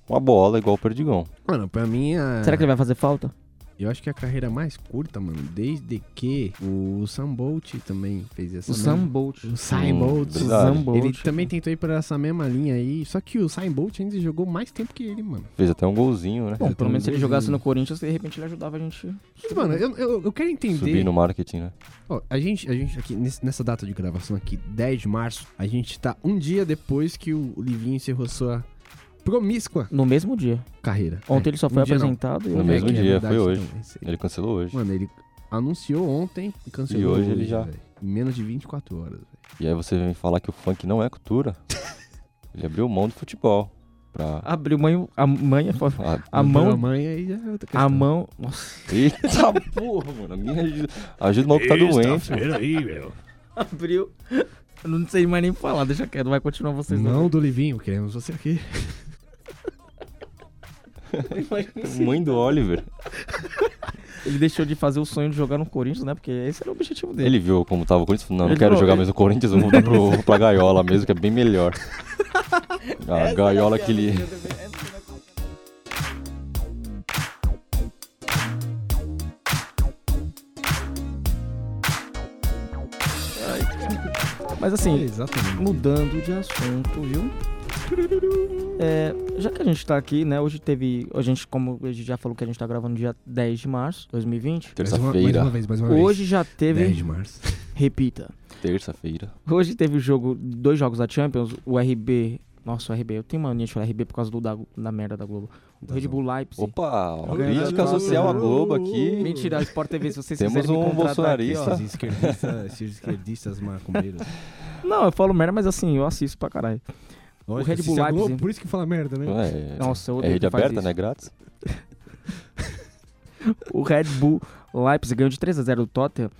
uma bola igual o Perdigão.
Mano, pra mim, a...
Será que ele vai fazer falta?
eu acho que é a carreira mais curta, mano, desde que o Sam Bolt também fez essa
O Sam Bolt.
O Sam Bolt.
O
verdade.
Sam Bolt.
Ele também tentou ir pra essa mesma linha aí, só que o Sam Bolt ainda jogou mais tempo que ele, mano.
Fez até um golzinho, né?
Bom, pelo menos se ele
Golzinho.
jogasse no Corinthians, de repente ele ajudava a gente.
Mas, mano, eu, eu, eu quero entender...
Subir no marketing, né?
Ó, a gente, a gente aqui, nesse- nessa data de gravação aqui, 10 de março, a gente tá um dia depois que o Livinho encerrou sua promíscua
No mesmo dia.
carreira.
Ontem ele só
um
foi
dia não.
apresentado e
No
hoje-
mesmo
É que é
dia,
verdade,
foi hoje.
então, esse-
Ele cancelou hoje.
Mano, ele anunciou ontem e cancelou
E hoje ele já-
velho. Em menos de 24 horas, velho.
E aí você vem falar que o funk não é cultura. ele abriu mão do futebol pra...
abriu mãe, a manha,
Ah,
a
Não
mão
pela mãe aí já é outra questão.
A mão. Nossa,
Eita porra, mano. Me ajuda, ajuda o maluco que tá doente.
abriu. Eu não sei mais nem falar, deixa quieto, vai continuar vocês
Não do Livinho, queremos você aqui.
Mãe do Oliver.
Ele deixou de fazer o sonho de jogar no Corinthians, né? Porque esse era o objetivo dele.
Ele viu como tava o Corinthians e falou, não, não
Ele
quero
falou,
jogar
ele-
mais o Corinthians, eu vou voltar pro, pra Gaiola mesmo, que é bem melhor. A Gaiola que ele... É.
Mas assim,
É, exatamente.
mudando de assunto, viu? É, já que a gente tá aqui, né? Hoje teve. A gente, como a gente já falou que a gente tá gravando dia 10 de março de 2020.
Mais uma, mais uma
Terça-feira.
vez, mais uma vez.
Hoje já
10
teve.
de março.
Repita.
Terça-feira.
Hoje teve o jogo, dois jogos da Champions, o RB. Nossa, o RB, eu tenho mania de falar RB por causa do, da, da merda da Globo. O Red Bull Leipzig.
Tá Opa, uma
Ganhando
crítica
tudo.
social à Globo aqui.
Mentira, Sport TV, se vocês
Temos
quiserem me
um
contratar
bolsonarista.
aqui, ó.
Esses esquerdistas, esses esquerdistas macumbeiros.
Não, eu falo merda, mas assim, eu assisto pra caralho.
Lógico,
Red Bull
se a Globo-
Leipzig.
Por isso que fala merda, né?
É,
Nossa, eu
é
odeio
rede
quem faz
aberta,
isso.
né? Grátis.
O Red Bull Leipzig ganhou de 3x0 do Tottenham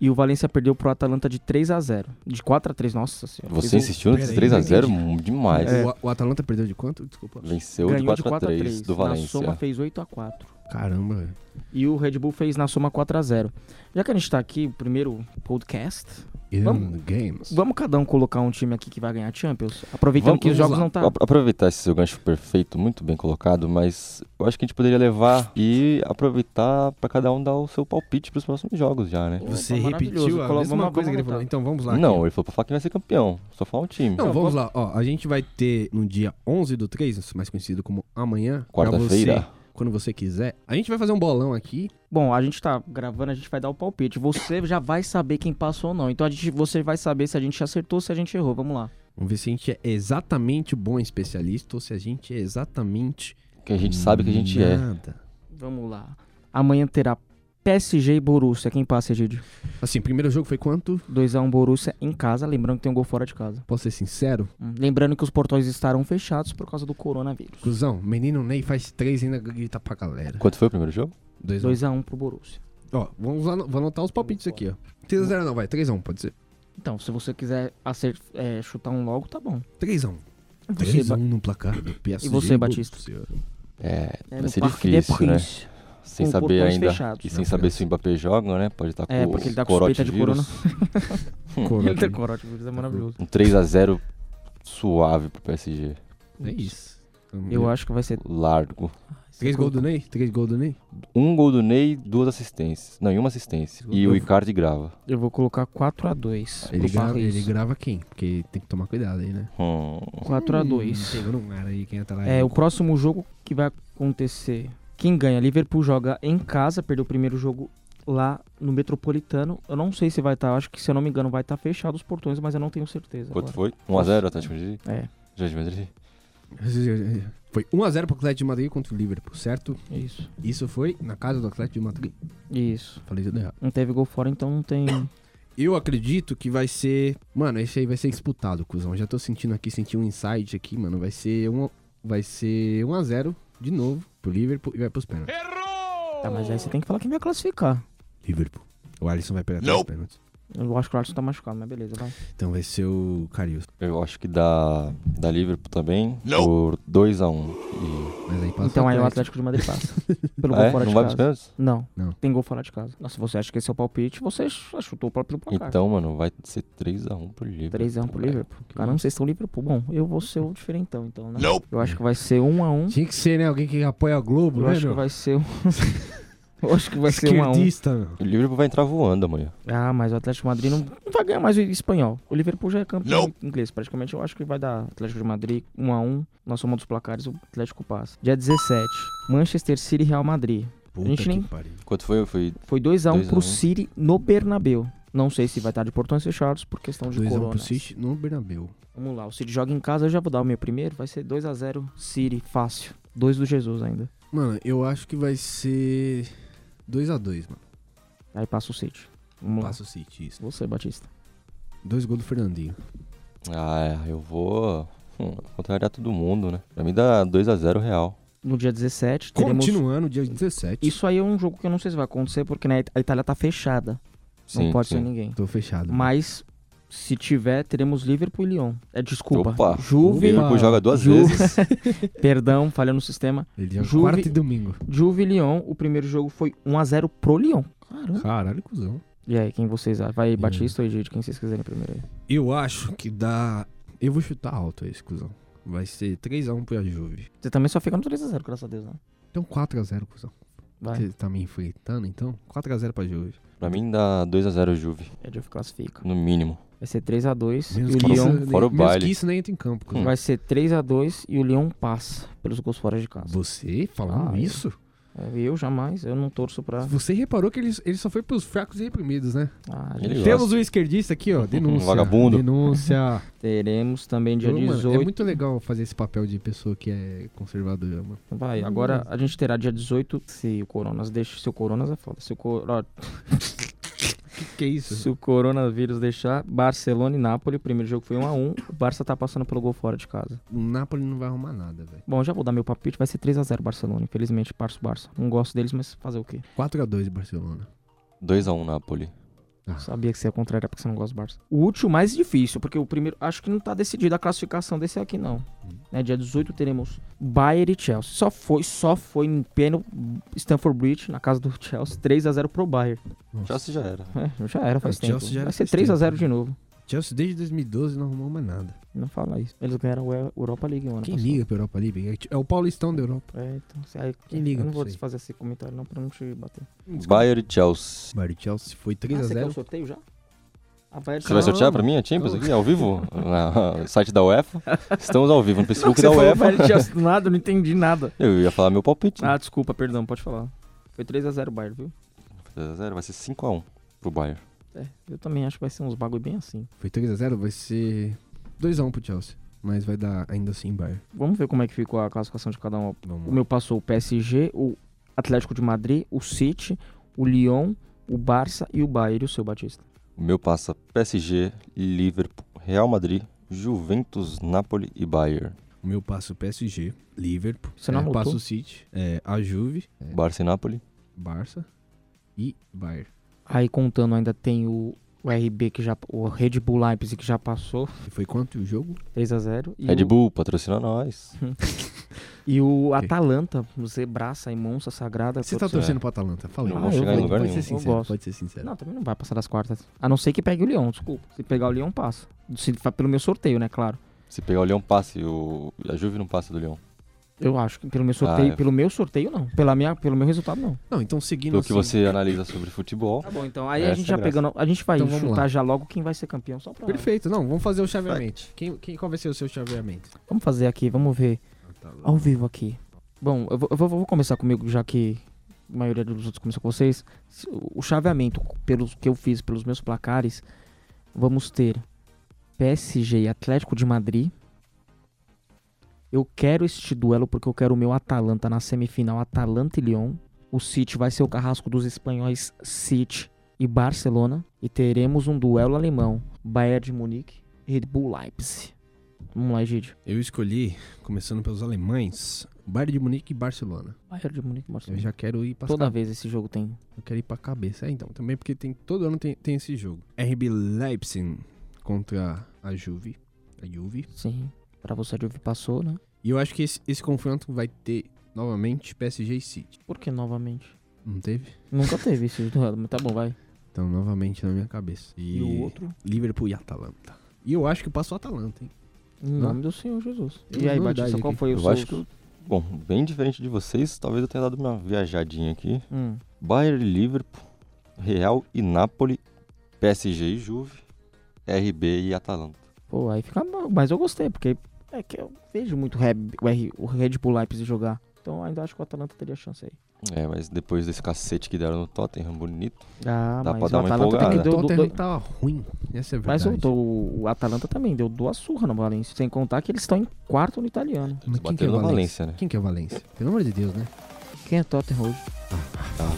e o Valencia perdeu pro Atalanta de 3x0. De 4x3, nossa senhora.
Você
Fez um-
insistiu
Pera
nesse
aí,
3x0 demais.
É. O, o Atalanta perdeu de quanto? Desculpa.
Venceu de
É. ganhou de
4x3 do
4x3. Na soma
Valência.
fez 8x4.
Caramba, velho.
E o Red Bull fez na soma 4 a 0 Já que a gente tá aqui, o primeiro podcast,
In
Vamos-
games.
vamos cada um colocar um time aqui que vai ganhar a Champions? Aproveitando
Vamos-
que os
vamos
jogos
lá.
não tá.
Apro- Aproveitar esse seu gancho perfeito, muito bem colocado, mas eu acho que a gente poderia levar e aproveitar pra cada um dar o seu palpite pros próximos jogos já, né?
Você
Opa, maravilhoso.
repetiu a
Colo-
mesma
vamos-
coisa que ele
vamos
falou.
anotar.
Então vamos lá.
Não,
aqui.
ele falou pra falar que vai ser campeão, só fala um time.
Não,
Não,
vamos
vamos-
lá. Ó, a gente vai ter no dia 11 do 3, mais conhecido como amanhã. pra
Quarta-feira.
você, Quando você quiser. A gente vai fazer um bolão aqui.
Bom, a gente tá gravando, a gente vai dar o palpite. Você já vai saber quem passou ou não. Então a gente, você vai saber se a gente acertou ou se a gente errou. Vamos lá.
Vamos ver se a gente é exatamente bom especialista ou se a gente é exatamente.
Que a gente sabe que a gente é.
nada.
Vamos lá. Amanhã terá PSG e Borussia. Quem passa, Egídio?
Assim, primeiro jogo foi quanto?
2x1 Borussia em casa, lembrando que tem um gol fora de casa.
Posso ser sincero?
Hum, Lembrando que os portões estarão fechados por causa do coronavírus.
Cusão, menino Ney faz 3 e ainda grita pra galera. um.
Quanto foi o primeiro jogo?
2 x
2x1 pro Borussia.
Ó, vamos lá, vou anotar os palpites aqui, ó. 3x0 não, vai. 3x1, pode ser.
Então, se você quiser acer- é, chutar um logo, tá bom.
3x1.
Você
3x1
ba-
no placar do PSG.
um. E você, Batista?
Senhor.
É,
é,
vai
no
ser
Parque
difícil,
de
né?
Príncipe.
Sem
com
saber
portões
ainda.
fechados. né?
E sem saber se o Mbappé joga, né? Pode estar com
É, porque ele tá com
o
suspeita de
corotivírus.
Coroa,
Ele tem coronavírus, é maravilhoso.
Um 3x0 suave pro PSG.
É isso.
Eu acho que vai ser...
Largo.
Três gols do Ney? Três gols do Ney?
Um gol do Ney, duas assistências. Não, e uma assistência. E o Icardi grava.
Eu vou colocar 4x2
Ele
pro
grava,
Paris.
ele grava quem? Porque tem que tomar cuidado aí, né? Hum,
Hum.
4x2.
Chegou num ar aí, quem tá lá.
É, o próximo jogo que vai acontecer. Quem ganha? Liverpool joga em casa, perdeu o primeiro jogo lá no Metropolitano. Eu não sei se vai estar, acho que se eu não me engano vai estar fechado os portões, mas eu não tenho certeza.
Quanto
agora.
foi? 1x0 Atlético de Madrid?
É,
Já de Madrid?
Foi 1x0 pro Atlético de Madrid contra o Liverpool, certo?
isso.
Isso foi na casa do Atlético de Madrid.
Isso.
Falei tudo errado.
Não teve gol fora, então não tem.
Eu acredito que vai ser. Mano, esse aí vai ser disputado, cuzão. Já tô sentindo aqui, senti um insight aqui, mano. Vai ser um, vai ser 1x0 de novo pro Liverpool e vai pros pênaltis.
Tá, mas aí você tem que falar quem vai classificar.
Liverpool. O Alisson vai pegar três pênaltis.
Eu acho que o Alisson tá machucado, mas beleza, vai.
Então vai ser o Carius.
Eu acho que da, da Liverpool também. Por 2x1.
Mas aí passa
então aí o Atlético de Madrid passa. pelo
E...
gol
Ah, é?
fora
Não
de
vai pros
casa.
pênaltis?
Não,
Não.
tem gol fora de casa. Nossa, você acha que esse é o palpite, você ch- chutou o próprio placar.
Então, mano, vai ser 3x1 pro Liverpool.
3x1 pro
velho.
Liverpool. Caramba, vocês são é Liverpool. Bom, eu vou ser o diferentão, então, né? Eu acho que vai ser 1x1.
Tinha que ser, né? Alguém que apoia a Globo,
Eu
né,
acho que
meu?
vai ser um... Eu acho que vai ser 1x1.
Esquerdista, meu.
O Liverpool vai entrar voando amanhã.
Ah, mas o Atlético de Madrid não, não vai ganhar mais o espanhol. O Liverpool já é campeão inglês. Praticamente eu acho que vai dar Atlético de Madrid 1x1. Na soma dos placares, o Atlético passa. Dia 17, Manchester City e Real Madrid.
Puta
gente nem-
que pariu.
Quanto foi? Foi
Foi 2x1 pro
2x1.
City no Bernabéu. Não sei se vai estar de portões fechados por questão de
2x1
corona.
pro City no Bernabeu.
Vamos lá, o City joga em casa, eu já vou dar o meu primeiro. Vai ser 2x0 City, fácil. Dois do Jesus ainda.
Mano, eu acho que vai ser 2x2, mano.
Aí passa o City. Vamos lá.
Passa o City, isso.
Você, Batista.
Dois gols do Fernandinho.
Ah, é, eu vou hum, contrariar todo mundo, né? Pra mim dá 2x0 real.
No dia 17, teremos.
Continuando, dia 17.
Isso aí é um jogo que eu não sei se vai acontecer, porque né, a Itália tá fechada.
Sim,
não pode
sim.
ser ninguém.
Tô fechado.
Mas, se tiver, teremos Liverpool e Lyon. É, desculpa.
Opa, O
Juve.
Opa.
Liverpool joga duas
Ju-
vezes.
Perdão, falhando no sistema.
Ele joga
Juve-
quarta e domingo.
Juve e Lyon, o primeiro jogo foi 1x0 pro Lyon. Caramba.
Caralho, cuzão.
E aí, quem vocês acham? Vai,
Hum.
Batista ou Egídio, quem vocês quiserem primeiro aí.
Eu acho que dá... Eu vou chutar alto esse, cuzão. Vai ser 3x1 pra Juve.
Você também só fica no 3x0, graças a Deus, né?
Então 4x0, cuzão.
Vai.
Você tá me enfrentando, então? 4x0 pra Juve.
pra mim dá 2x0 Juve,
É Juve classifica.
no mínimo.
Vai ser 3x2
Menos
e
que
o Hum. Lyon.
isso,
fora o
nem, menos
baile.
que isso nem entra em campo,
Hum.
cuzão.
Vai ser 3x2 e o Lyon passa pelos gols fora de casa.
Você falando
Ah, Tá. eu-
isso?
É, Eu jamais, eu não torço pra.
Você reparou que ele, ele só foi pros fracos e reprimidos, né?
Ah,
Ele
gente,
gosta.
Temos um esquerdista aqui, ó. Denúncia.
vagabundo.
Denúncia.
teremos também Um dia
Ô, mano,
18.
é muito legal fazer esse papel de pessoa que é conservadora, mano.
Vai, agora a gente terá dia 18. Se o Coronas deixa. Se o Coronas é foda. Se o, cor... ó,
Que, que é isso?
se o Coronavírus deixar, Barcelona e Nápoles. O primeiro jogo foi 1x1. O Barça tá passando pelo gol fora de casa.
O Napoli não vai arrumar nada, velho.
Bom, já vou dar meu palpite. Vai ser 3x0 Barcelona. Infelizmente, parço Barça. Não gosto deles, mas fazer o quê?
4x2 Barcelona.
2x1 Napoli.
Ah.
Sabia que você ia contrariar porque você não gosta do Barça. O último mais difícil, porque o primeiro. Acho que não tá decidida a classificação desse aqui, não.
Uhum.
Né, dia 18 teremos Bayern e Chelsea. Só foi, só foi em pênalti Stanford Bridge, na casa do Chelsea, 3x0 pro Bayern.
Já se já era.
É, já era faz
Ah, o
tempo.
Chelsea já era
Vai ser
faz tempo,
3x0
né?
de novo.
Chelsea desde 2012 não arrumou mais nada.
Não fala isso. Eles ganharam a Europa League, mano.
Quem liga pra Europa League? É o Paulistão da Europa.
É, então, se- aí,
Quem liga
eu não
pra
vou
isso aí?
desfazer esse comentário não pra não te bater.
Bayern e Chelsea.
Bayern e Chelsea foi
Ah, você quer o
3x0.
sorteio já? A Bayern
Você
Não.
vai sortear pra mim a Champions aqui, ao vivo? Na- No site da UEFA? Estamos ao vivo no Facebook
Não, você
da
falou
UEFA.
Bayern Chelsea do nada, eu não entendi nada.
Eu ia falar meu palpite. né?
Ah, desculpa, perdão, pode falar. Foi 3x0 o Bayern, viu?
3x0, vai ser 5x1 pro Bayern.
É, eu também acho que vai ser uns bagulho bem assim.
Foi 3x0, vai ser 2x1 pro Chelsea. Mas vai dar ainda assim Bayern.
Vamos ver como é que ficou a classificação de cada um.
Vamos
O
lá.
meu passou o PSG, o Atlético de Madrid, o City, o Lyon, o Barça e o Bayern, e o seu Batista.
O meu passa PSG, Liverpool, Real Madrid, Juventus, Napoli e Bayern.
O meu passa o PSG, Liverpool.
Você não
é,
anotou?
passa o City, é, a Juve,
Barça e Napoli.
Barça e Bayern.
Aí contando ainda tem o, o RB, que já, o Red Bull Leipzig que já passou,
E foi quanto o jogo?
3x0. E,
Red
o-
Bull, patrocina nós.
e o Atalanta, o Zebraça e Monça Sagrada.
Você tá
todos-
torcendo pro Atalanta? Fala aí.
Não
vou chegar em
pode,
lugar
pode
nenhum.
ser
Eu
sincero,
gosto.
pode ser sincero.
Não, também não vai passar das quartas. A não ser que pegue o Lyon, desculpa. Se pegar o Lyon, passa. Se, fa- pelo meu sorteio, né, claro.
Se pegar o Leão passe, o... a Juve não passa do Leão.
Eu acho que pelo meu sorteio,
eu-
pelo meu sorteio não. Pela minha, pelo meu resultado não.
Não, então seguindo
Pelo que
assim,
você analisa sobre futebol.
Tá bom, então. Aí a
Essa
gente
é
já
a graça.
pegando, a gente vai
Então vamos
chutar
lá.
já logo quem vai ser campeão só pra
Perfeito, não, vamos fazer o chaveamento. Quem, quem, qual vai ser o seu chaveamento?
Vamos fazer aqui, vamos ver
Tá lá.
ao vivo aqui. Bom, eu vou, eu vou- vou começar comigo já que a maioria dos outros começou com vocês. Se- O chaveamento pelos que eu fiz pelos meus placares, vamos ter PSG e Atlético de Madrid. Eu quero este duelo porque eu quero o meu Atalanta na semifinal, Atalanta e Lyon. O City vai ser o carrasco dos espanhóis City e Barcelona. E teremos um duelo alemão, Bayern de Munique e Red Bull Leipzig. Vamos lá, Egídio.
Eu escolhi, começando pelos alemães, Bayern de Munique e Barcelona.
Bayern de Munique e
Eu
Barcelona.
já quero ir pra
Toda vez esse jogo tem.
Eu quero ir pra cabeça. É, então, também porque tem, todo ano tem, tem esse jogo. RB Leipzig contra a Juve. A Juve.
Sim. Pra você de ouvir passou, né?
E eu acho que esse, esse confronto vai ter, novamente, PSG e City.
Por que novamente?
Não teve?
Nunca teve esse duelo, mas tá bom, vai.
Então, novamente na minha cabeça. E,
E o outro?
Liverpool e Atalanta. E eu acho que passou o Atalanta, hein?
Em nome do Senhor Jesus.
Tem
e aí,
novidade
Batista, qual
aqui.
foi o
Eu
seu?
acho que. eu- Bom, bem diferente de vocês, talvez eu tenha dado uma viajadinha aqui.
Hum.
Bayern e Liverpool, Real e Napoli, PSG e Juve, RB e Atalanta.
Pô, aí fica. mal, Mas eu gostei, porque é que eu vejo muito Reb- o, R, o Red Bull Leipzig jogar. Então ainda acho que o Atalanta teria chance aí.
É, mas depois desse cacete que deram no Tottenham, bonito.
Ah,
Dá
mas
pra dar
o
uma
Atalanta também
empolgada.
deu.
o
do-
Tottenham
do-
tá ruim. Essa é a
mas
verdade.
eu tô, o Atalanta também deu duas surras no Valência. Sem contar que eles estão em quarto no italiano.
Eles
Mas quem que é
bateram
o
no
Valência?
Valência, né?
Quem que é o Valência? Pelo amor de Deus, né?
Quem é Tottenham hoje?
Ah,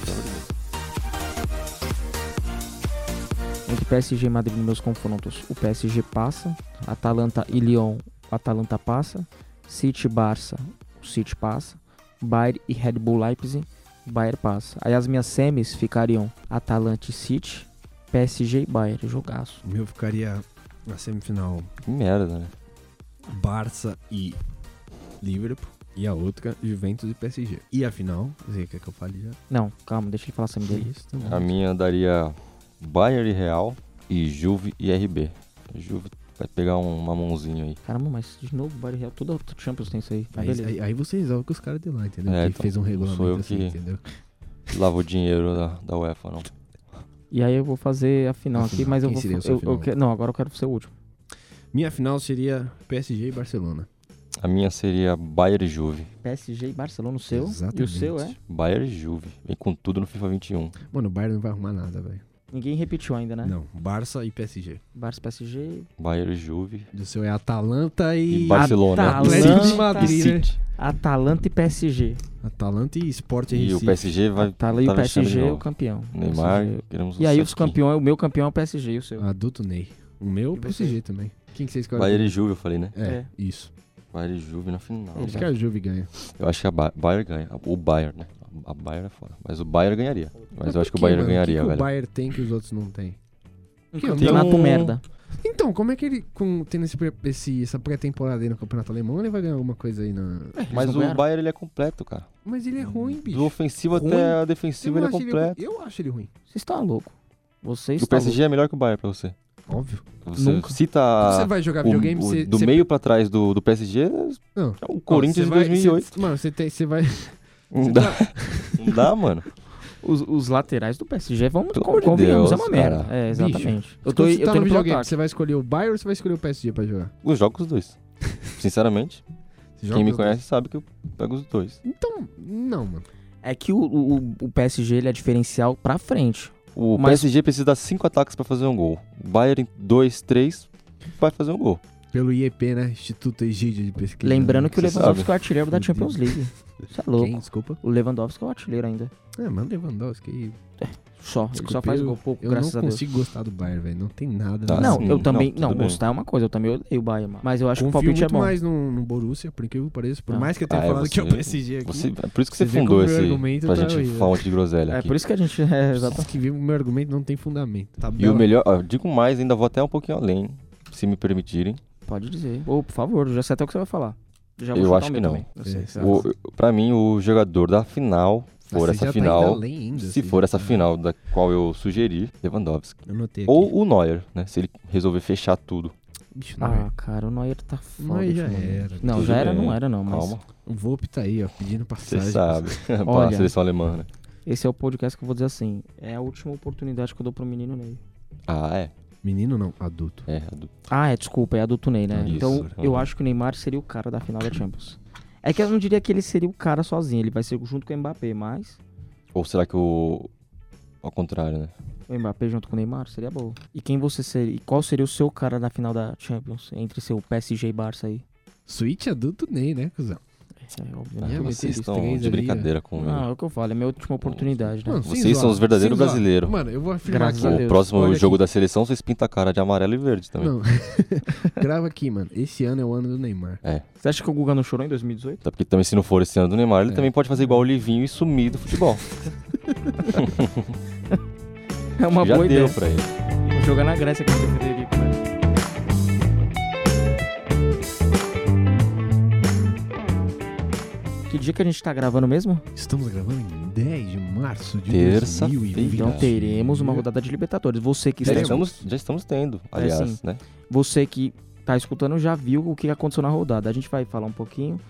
Entre PSG e Madrid nos meus confrontos, o PSG passa, Atalanta e Lyon, o Atalanta passa, City e Barça, o City passa, Bayern e Red Bull Leipzig, o Bayern passa. Aí as minhas semis ficariam Atalanta e City, PSG e Bayern, jogaço.
O meu ficaria na semifinal
Que merda, né?
Barça e Liverpool. E a outra, Juventus e PSG. E a final, você quer que eu fale já?
Não, calma, deixa ele falar a semi dele.
isso, tá
A minha daria Bayern e Real e Juve e RB. A Juve vai pegar um mamãozinho aí.
Caramba, mas de novo, Bayern e Real, toda a Champions tem isso aí. Mas
Aí,
beleza.
aí, aí você resolve com os caras de lá, entendeu?
É,
que
então,
fez um
não sou
regulamento
eu
assim,
que-
entendeu?
Lava o dinheiro da, da UEFA, não.
E aí eu vou fazer a final
A
aqui,
final.
mas eu
Quem
vou.
seria a sua
eu- eu
final?
que- não, agora eu quero ser o último.
Minha final seria PSG e Barcelona.
A minha seria Bayern e Juve.
PSG e Barcelona, o seu. E o
Exatamente.
seu é?
Bayern e Juve. Vem com tudo no FIFA 21.
Mano, o Bayern não vai arrumar nada, velho.
Ninguém repetiu ainda,
É?
né?
Não, Barça e PSG.
Barça PSG.
Bayern e Juve
E o seu é Atalanta e...
e Barcelona.
Atalanta.
Atlético de
Atalanta
Madrid, né?
Atalanta e PSG.
Atalanta e Sport
E
Recife.
o PSG vai
Atalanta e o
tá mexendo de
PSG é o
novo.
campeão.
Neymar,
PSG.
queremos
E aí
sucesso
os
aqui.
campeões, o meu campeão é o PSG e o seu.
Adulto Ney. O meu,
E
PSG também. Quem que você escolhe?
Bayern e Juve, eu falei, né?
É,
É.
isso.
Bayern e Juve na final. né?
Ele
Acho
já-
que a Juve ganha.
Eu acho que a Ba- Bayern ganha. O Bayern, né? A Bayern é fora. Mas o Bayern ganharia. Mas eu acho que o
Por quê,
Bayern
mano?
ganharia,
O que que
velho.
o Bayern tem que os outros não têm?
Um
Que
campeonato
eu-
merda.
Então, como é que ele, com, tendo esse, pre- esse- essa pré-temporada aí no Campeonato Alemão, ele vai ganhar alguma coisa aí na.
Mas
não
o
ganharam?
Bayern ele é completo, cara.
Mas ele é ruim, bicho.
Do ofensivo
Ruim.
até a
Eu
defensiva
não
ele é
acho ele
completo.
ruim. eu acho ele ruim.
Você está louco. Você
E o
está louco.
PSG é melhor que o Bayern pra você.
Óbvio.
Você
Nunca.
cita
Ah, você vai jogar
o-
videogame,
o-
você.
do
você-
meio pra trás do, do PSG,
Não.
é o
Ó,
Corinthians
você
de
vai-
2008.
você- mano, você, tem, você tá- vai.
Não dá, não dá, mano.
Os, os laterais do PSG, vamos
Pelo
con-
amor de
convenhamos,
Deus,
é uma merda.
cara.
É, exatamente. eu
Quando
tô,
você tá
eu tô
no
indo pro
videogame,
ataque.
você vai escolher o Bayern ou você vai escolher o PSG pra jogar?
Os jogos os dois. Sinceramente,
Você joga
quem me
os dois?
conhece sabe que eu pego os dois.
Então, não, mano.
É que o, o, o PSG ele é diferencial pra frente.
O
Mas-
PSG precisa dar cinco ataques pra fazer um gol. O Bayern, dois, três, vai fazer um gol.
Pelo IEP, né? Instituto Egídio de Pesquisa.
Lembrando que o
você
Lewandowski
sabe.
é o artilheiro da
Meu
Champions League. Isso é louco.
Quem? Desculpa.
O Lewandowski é o artilheiro ainda.
É, mano, Lewandowski. aí-
Só. ele só
Desculpa,
faz gol pouco,
Eu
graças
não
a Deus.
consigo gostar do Bayern, velho. Não tem nada.
Tá,
Não,
Assim,
eu também.
não,
Não,
tudo bem.
gostar é uma coisa, eu também odeio o Bayern, mano. Mas eu acho
Confio
que o palpite
Um muito
é bom.
mais no, no Borussia, por incrível que pareça. Por
Ah.
mais que eu tenha
Ah, é,
falado que é o
você-
PSG aqui.
Você, é por isso que
Você
você,
um
vê como
fundou
meu
esse.
argumento
Pra
tá
gente
horrível.
falar um monte de groselha
É
aqui.
por isso que a gente. É, exato.
Vocês que viu, meu argumento não tem fundamento. Tá
E o melhor, ó, eu digo mais, ainda vou até um pouquinho além, se me permitirem.
Pode dizer. Ou, por favor, já sei até o que você vai falar. Já vou
Eu
chutar
acho
o meu
que não. É,
também. Eu sei que você
O, pra mim, o jogador da final, for
tá
essa final, se
assim,
for
né?
essa final da qual eu sugeri, Lewandowski.
assim, né? Eu notei aqui.
Ou o Neuer, né? Se ele resolver fechar tudo.
Bicho, não.
Ah, cara, o Neuer tá foda.
Mas já
ultimamente.
era.
Não,
Tudo
já era,
bem.
não era, não. Mas
Calma,
O Volpe tá aí, ó, pedindo
você
passagem.
sabe. pra
Olha.
seleção alemã, né?
esse é o podcast que eu vou dizer assim: é a última oportunidade que eu dou pro menino Ney.
Ah, é.
Menino não, adulto.
É, do-
Ah, é, desculpa, é adulto Ney, né?
Isso.
Então eu
Uhum.
acho que o Neymar seria o cara da final da Champions. É que eu não diria que ele seria o cara sozinho, ele vai ser junto com o Mbappé, mas
Ou será que o. Ao contrário, né?
o Mbappé junto com o Neymar seria bom. E quem você seria? E qual seria o seu cara da final da Champions? Entre seu PSG e Barça aí?
Suíte adulto nem, né, cuzão?
É,
Ah,
obviamente.
esses
vocês estão
três
de
ali,
brincadeira com
Não,
ele.
é o que eu falo, é minha última oportunidade, né?
Mano,
Vocês
sem
são
zoar,
os verdadeiros
sem zoar.
brasileiros.
Mano, eu vou afirmar
Graças
aqui.
a
O
Deus.
próximo
Olha
jogo
aqui.
da seleção, vocês pintam a cara de amarelo e verde também.
Não. Grava aqui, mano. Esse ano é o ano do Neymar.
Você acha que o Guga não chorou em 2018?
Até tá, porque também, se não for esse ano do Neymar, ele
É.
também pode fazer igual o Livinho e sumir do futebol.
É uma
Já
boa
deu
ideia.
pra ele.
Vou jogar na Grécia com o Frederico, né? Que dia que a gente tá gravando mesmo?
Estamos gravando em 10 de março de
Terça-feira.
2020.
Então teremos uma rodada de Libertadores. Você que
Já
Teremos.
está,
estamos, já estamos tendo, aliás,
é sim.
né?
você que tá escutando já viu o que aconteceu na rodada. A gente vai falar um pouquinho.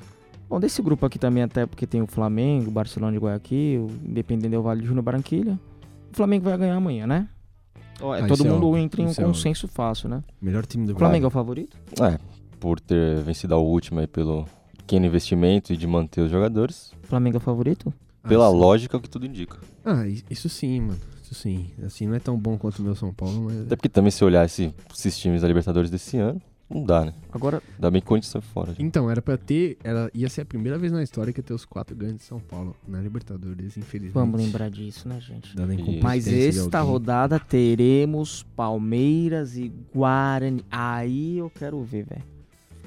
Bom, desse grupo aqui também, até porque tem o Flamengo, o Barcelona de Guayaquil, é o Independente do Vale de Júnior Barranquilha. O Flamengo vai ganhar amanhã, né? Ó, é,
Ah,
todo
isso é
mundo
óbvio,
entra em um
isso é
consenso fácil, né?
Melhor time do
O Flamengo é o favorito?
É, por ter vencido a última aí pelo pequeno investimento e de manter os jogadores.
Flamengo é o favorito?
Ah,
pela
sim.
lógica, o que tudo indica.
Ah, i- isso sim, mano. Isso sim. Assim, não é tão bom quanto o meu São Paulo, mas. é.
Até porque também, se olhar esse- esses times da Libertadores desse ano, não dá, né?
Agora,
Ainda bem que o Corinthians saiu fora. gente.
Então, era pra ter. Era, ia ser a primeira vez na história que ia ter os quatro grandes de São Paulo na Libertadores, infelizmente.
vamos lembrar disso, né, gente?
Dando a incompetência
Mas tá
de
esta
alguém.
rodada teremos Palmeiras e Guarani. Aí eu quero ver, velho.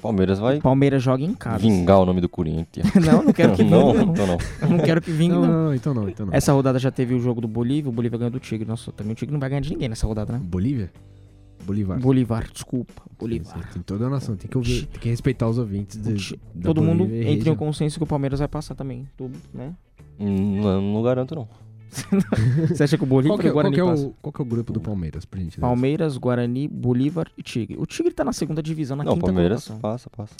Palmeiras vai
O Palmeiras joga em casa.
vingar o nome do Corinthians.
Não, não quero que vingue,
não,
não.
então não.
Não quero que vingue,
Não,
não.
não, não, então não, então não.
Essa rodada já teve o jogo do Bolívia, o Bolívia ganhou do Tigre. Nossa, também o Tigre não vai ganhar de ninguém nessa rodada, né?
Bolívia? Bolivar.
Bolivar, desculpa. Bolivar.
Tem toda a nação, tem que ouvir, tem que respeitar os ouvintes. de-
Ti-
da
Todo mundo
Bolívia e
entra em um
região.
consenso que o Palmeiras vai passar também. Tudo, né?
Hum, Não, não garanto, não.
Você acha que o Bolívia
Qual que, é-
e o Guarani
qual que é
passa?
o, qual que é o grupo do Palmeiras, pra gente
Palmeiras, Guarani, Bolívar e Tigre. O Tigre tá na segunda divisão, na
não,
quinta
Palmeiras
colocação.
passa, passa.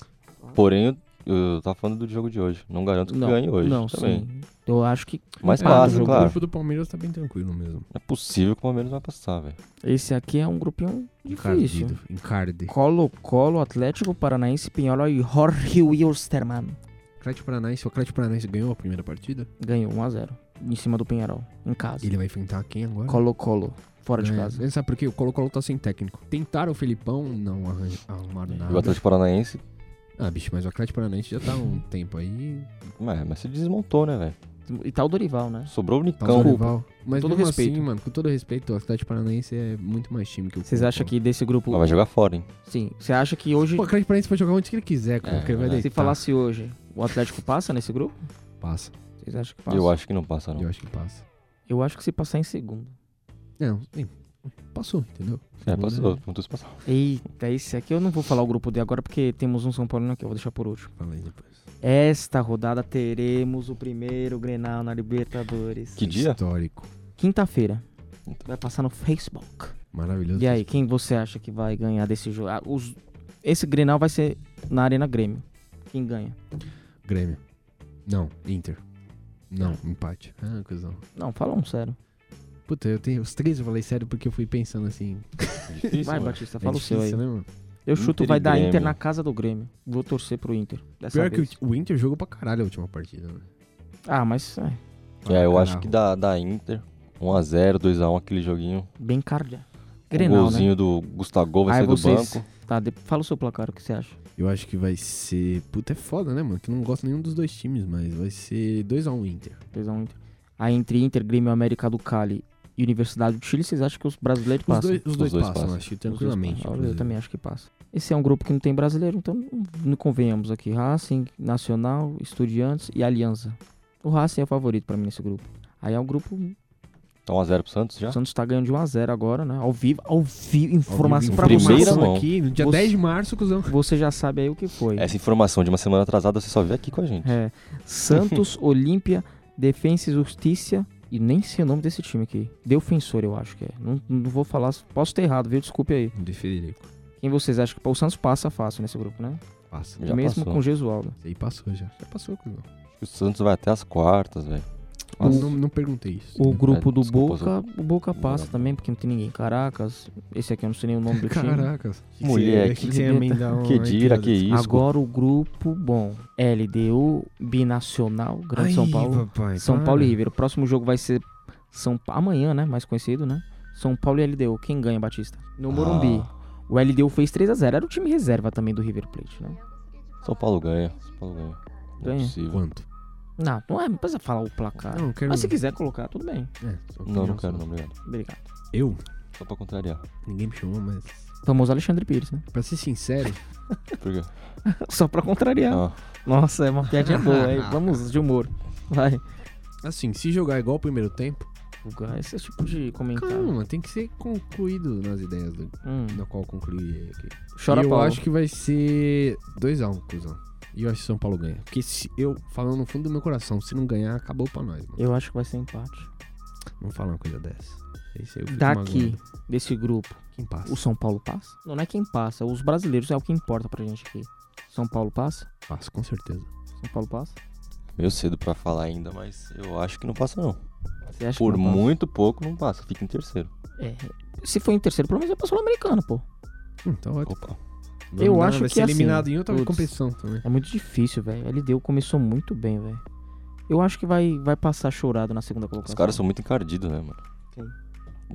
Porém, eu, eu tava falando do jogo de hoje. Não garanto que ganhe hoje
não,
também.
sim. Eu acho que
Mas
Ah, do
passa,
jogo.
O
claro.
grupo do Palmeiras tá bem tranquilo mesmo.
É possível que o Palmeiras vai passar, velho.
esse aqui é um grupinho difícil.
Encardido. Encarde.
Colo-Colo, Atlético Paranaense, Penharol e Jorge Wilstermann.
Atlético Paranaense, o Atlético Paranaense ganhou a primeira partida.
Ganhou 1x0 em cima do Penharol, em casa.
Ele vai enfrentar quem agora?
Colo-Colo, fora de
É,
casa.
Sabe por quê? O Colo-Colo tá sem técnico. Tentaram o Felipão, não arran- arrumaram
E o
nada.
Atlético Paranaense,
Ah, bicho, mas o Atlético Paranaense já tá há um tempo aí.
é, mas se desmontou, né, velho?
E tal Dorival, né?
Sobrou o
Tá
Nicão.
o rival. Mas
Com
todo
todo
respeito. assim,
respeito.
mano, com todo respeito, o Atlético Paranaense é muito mais time que o
Vocês
Colo-Colo.
acham que desse grupo.
Mas vai jogar fora, hein?
Sim. Você acha que hoje.
Pô, o Atlético Paranaense pode jogar onde que ele quiser, cara.
É,
que ele vai
né?
deitar. Tá,
se falasse hoje, o Atlético passa nesse grupo?
Passa.
Vocês acham que passa?
Eu acho que não passa, não.
Eu acho que passa.
Eu acho que se passar em segundo.
Não, sim. passou, entendeu?
É, passou, Pontus passou.
Eita, esse aqui eu não vou falar o grupo D agora porque temos um São Paulo aqui, eu vou deixar por último.
Fala aí depois.
Esta rodada teremos o primeiro Grenal na Libertadores.
Que dia?
Histórico.
Quinta-feira. Vai passar no Facebook.
Maravilhoso.
E aí, quem você acha que vai ganhar desse jogo? Ah, os- Esse Grenal vai ser na Arena Grêmio. Quem ganha?
Grêmio. Não, Inter. Não, empate. Ah, cuzão.
Não, fala um sério.
Puta, eu tenho os três, eu falei sério porque eu fui pensando assim.
Difícil,
vai,
mano.
Batista,
é
fala o seu
difícil,
aí.
né, mano?
Eu chuto,
Inter e
vai dar Inter
Grêmio.
na casa do Grêmio. Vou torcer pro Inter. Dessa
Pior
vez.
que o, o Inter jogou pra caralho a última partida. né?
Ah, mas é,
É, eu
Pra
acho que
caralho.
da, da Inter, 1x0, 2x1, aquele joguinho.
bem cardia.
Um
o
Grenal, né?
golzinho do Gustavo vai
Aí
sair do
vocês-
banco.
Tá, de- fala o seu placar, o que você acha?
Eu acho que vai ser. Puta, é foda, né, mano? Que eu não gosto nenhum dos dois times, mas vai ser 2x1 Inter.
2x1 Inter. Aí entre Inter, Grêmio, América do Cali e Universidade do Chile, vocês acham que os brasileiros
Os
passam?
dois, os dois
dois
passam,
passam.
acho que
Os dois
tranquilamente.
passam. Eu
inclusive.
também acho que passa. Esse é um grupo que não tem brasileiro, então não convenhamos aqui. Racing, Nacional, Estudiantes e Aliança. O Racing é o favorito pra mim nesse grupo. Aí é um grupo.
Tá 1x0 pro Santos já?
O Santos tá ganhando de 1x0 agora, né? Ao vivo, ao vivo,
Ao
informação
vivo,
pra você.
informação. Primeira
informação
mão. É,
aqui, no dia
Você-
10 de março, cuzão.
Você já sabe aí o que foi.
Essa informação de uma semana atrasada você só vê aqui com a gente.
É, Santos, Olímpia, Defensa e Justiça. E nem sei o nome desse time aqui. Defensor, eu acho que é. Não, não vou falar, posso ter errado, viu? Desculpe aí.
De Federico.
Quem vocês acham que o Santos passa fácil nesse grupo, né?
Passa.
Já
Mesmo
passou.
com o Gesualdo.
Isso aí passou já. Já passou, cuzão.
Acho que o Santos vai até as quartas, velho.
Mas
Nossa.
não, não perguntei isso.
O grupo do
É, desculpa,
Boca, o Boca passa
Não.
também, porque não tem ninguém. Caracas, esse aqui eu não sei nem o nome do time.
Caraca.
Mulher,
que,
que
que você é, ia
libeta-
emendar uma
que dira,
entrada
que
dessa?
isso.
Agora o grupo, bom, LDU, Binacional, Grande
Ai,
São Paulo.
papai,
São Paulo e
para.
River. O próximo jogo vai ser São Pa- amanhã, né? Mais conhecido, né? São Paulo e LDU. Quem ganha, Batista?
Ah.
No
Ah.
Morumbi. O LDU fez 3 a 0 Era o time reserva também do River Plate, né?
São Paulo ganha. São Paulo ganha. Não
Ganha?
É possível.
Quanto?
Não, não é, não precisa falar o placar.
Não, eu quero.
Mas se quiser colocar, tudo bem.
É, só
Não,
opinião
não quero,
só.
não, obrigado.
Obrigado.
Eu?
Só pra contrariar.
Ninguém me chamou, mas.
Famoso Alexandre Pires, né?
Pra ser sincero,
Por quê?
Só pra contrariar.
Ah,
Nossa, é uma piadinha boa, hein? Vamos de humor. Vai.
assim, se jogar igual o primeiro tempo,
Vulgar, Esse é o tipo de comentário.
calma, tem que ser concluído nas ideias do,
Hum,
da qual eu concluí aqui.
Chora,
e eu
Paulo.
acho que vai ser 2x1, cuzão. E eu acho que São Paulo ganha. Porque se eu, falando no fundo do meu coração, se não ganhar, acabou pra nós, mano.
Eu acho que vai ser empate.
Vamos falar uma coisa dessa. Esse aí eu fico
Daqui,
magoado.
desse grupo,
Quem passa?
O São Paulo passa? Não, não é quem passa, os brasileiros é o que importa pra gente aqui. São Paulo passa?
Passa, com certeza.
São Paulo passa?
meio cedo pra falar ainda, mas eu acho que não passa, não.
Você acha
Por
que não passa?
muito pouco não passa, fica em terceiro.
É. Se for em terceiro, pelo menos é pra Sul-Americana, pô.
Hum, então ótimo.
Opa.
Vamos
Eu
dar-
acho
vai
que
ser
assim,
eliminado em outra
putz.
competição também.
É muito difícil, velho. A LDU começou muito bem, velho. Eu acho que vai, vai passar chorado na segunda
Os
colocação.
caras são muito encardidos, né, mano?
Quem?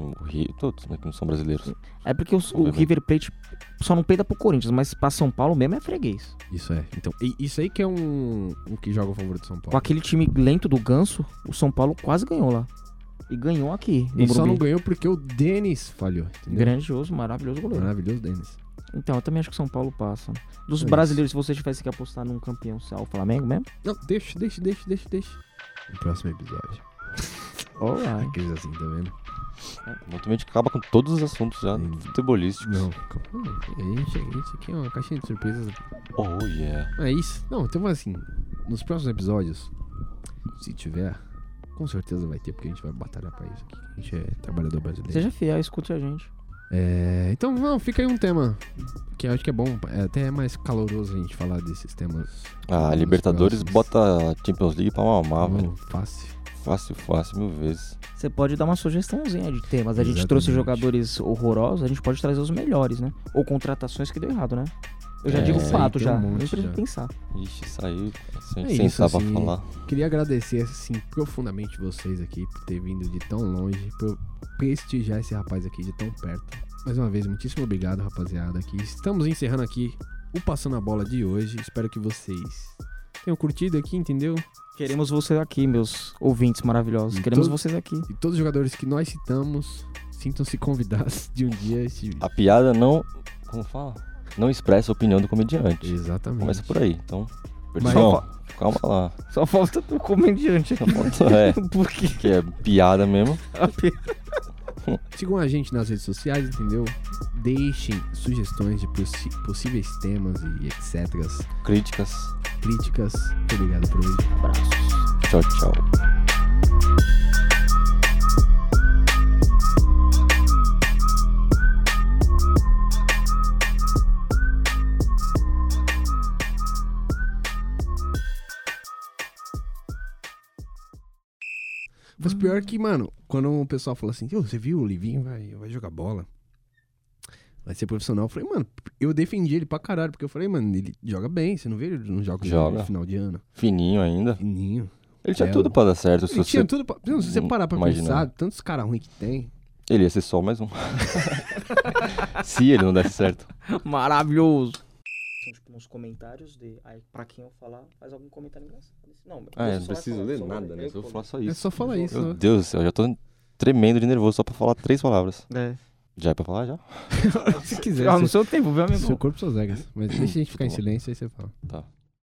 O Rio, todos, né, que não são brasileiros.
É porque os- o
Obviamente.
River Plate só não peida pro Corinthians, mas pra São Paulo mesmo é freguês.
Isso é. Então, e- isso aí que é um, um que joga a favor do São
Com
Paulo.
aquele time lento do Ganso, o São Paulo quase ganhou lá. E ganhou aqui. No
E só não
Morumbi.
ganhou porque o Denis falhou, entendeu?
Grandioso, maravilhoso goleiro.
Maravilhoso Denis.
Então, eu também acho que São Paulo passa. Dos
É
brasileiros, se você tivesse que apostar num campeão, se é o Flamengo mesmo?
Não, deixa, deixa, deixa, deixa, deixa. No próximo episódio.
Alright.
Aqueles assim, tá vendo?
Ultimamente acaba com todos os assuntos já
Sim.
futebolísticos.
Não, Tipo, calma. aí. Gente, isso aqui é uma caixinha de surpresas
Oh yeah.
É isso. Não, então assim, nos próximos episódios, se tiver, com certeza vai ter, porque a gente vai batalhar pra isso aqui. A gente é trabalhador brasileiro.
Seja fiel, escute a gente.
É, então, não, fica aí um tema que eu acho que é bom. É até mais caloroso a gente falar desses temas.
Ah,
nos
Libertadores
próximos.
bota a Champions League pra mamar, velho.
Não, Fácil.
Fácil, fácil, mil vezes.
Você pode dar uma sugestãozinha de temas. A gente
Exatamente.
trouxe jogadores horrorosos, a gente pode trazer os melhores, né? Ou contratações que deu errado, né? Eu já
É,
digo
isso aí
fato
tem
já.
um monte
Nem precisa
já.
pensar.
Ixi, saiu sem,
É
sem
isso,
estar pra
assim,
falar.
Queria agradecer, assim, profundamente vocês aqui por ter vindo de tão longe, por prestigiar esse rapaz aqui de tão perto. Mais uma vez, muitíssimo obrigado, rapaziada. Aqui estamos encerrando aqui o Passando a Bola de hoje. Espero que vocês tenham curtido aqui, entendeu?
Queremos vocês aqui, meus ouvintes maravilhosos.
E
Queremos
todos-
vocês aqui.
E todos os jogadores que nós citamos sintam-se convidados de um dia este
A piada não. Como fala? Não expressa a opinião do comediante.
Exatamente.
Começa por aí. Então,
Mas-
pessoal, calma lá.
Só falta o comediante aqui.
Só falta- é,
Porque
que é piada mesmo.
a pe-
Sigam a gente nas redes sociais, entendeu? Deixem sugestões de possi- possíveis temas e etc.
Críticas.
Críticas. Muito obrigado por hoje.
Abraços.
Tchau, tchau.
Mas pior que, mano, quando o pessoal fala assim, "Ô, você viu o Livinho vai, vai jogar bola? Vai ser profissional. Eu falei, mano, eu defendi ele pra caralho, porque eu falei, mano, ele joga bem, você não vê ele não joga,
Joga.
no final de ano.
Fininho ainda.
Fininho.
Ele tinha
É,
tudo pra dar certo. Se
Ele tinha
você...
tudo pra... Não, se você
Hum,
parar pra
imagina.
pensar, tantos caras ruins que tem.
Ele ia ser só mais um. Se ele não desse certo.
Maravilhoso. São tipo uns comentários de. Aí, pra quem eu falar, faz algum comentário engraçado. Não,
Ah, eu não preciso ler nada, né? Eu vou falar só
É
isso.
só falar isso.
Meu
né?
Deus do céu, eu já tô tremendo de nervoso só pra falar três palavras.
É.
Já é pra falar já?
Se quiser.
Ah, no
seu-
seu tempo, viu, amigo?
Seu corpo, suas regras. Mas deixa a gente ficar em
Tá bom.
silêncio, aí você fala.
Tá.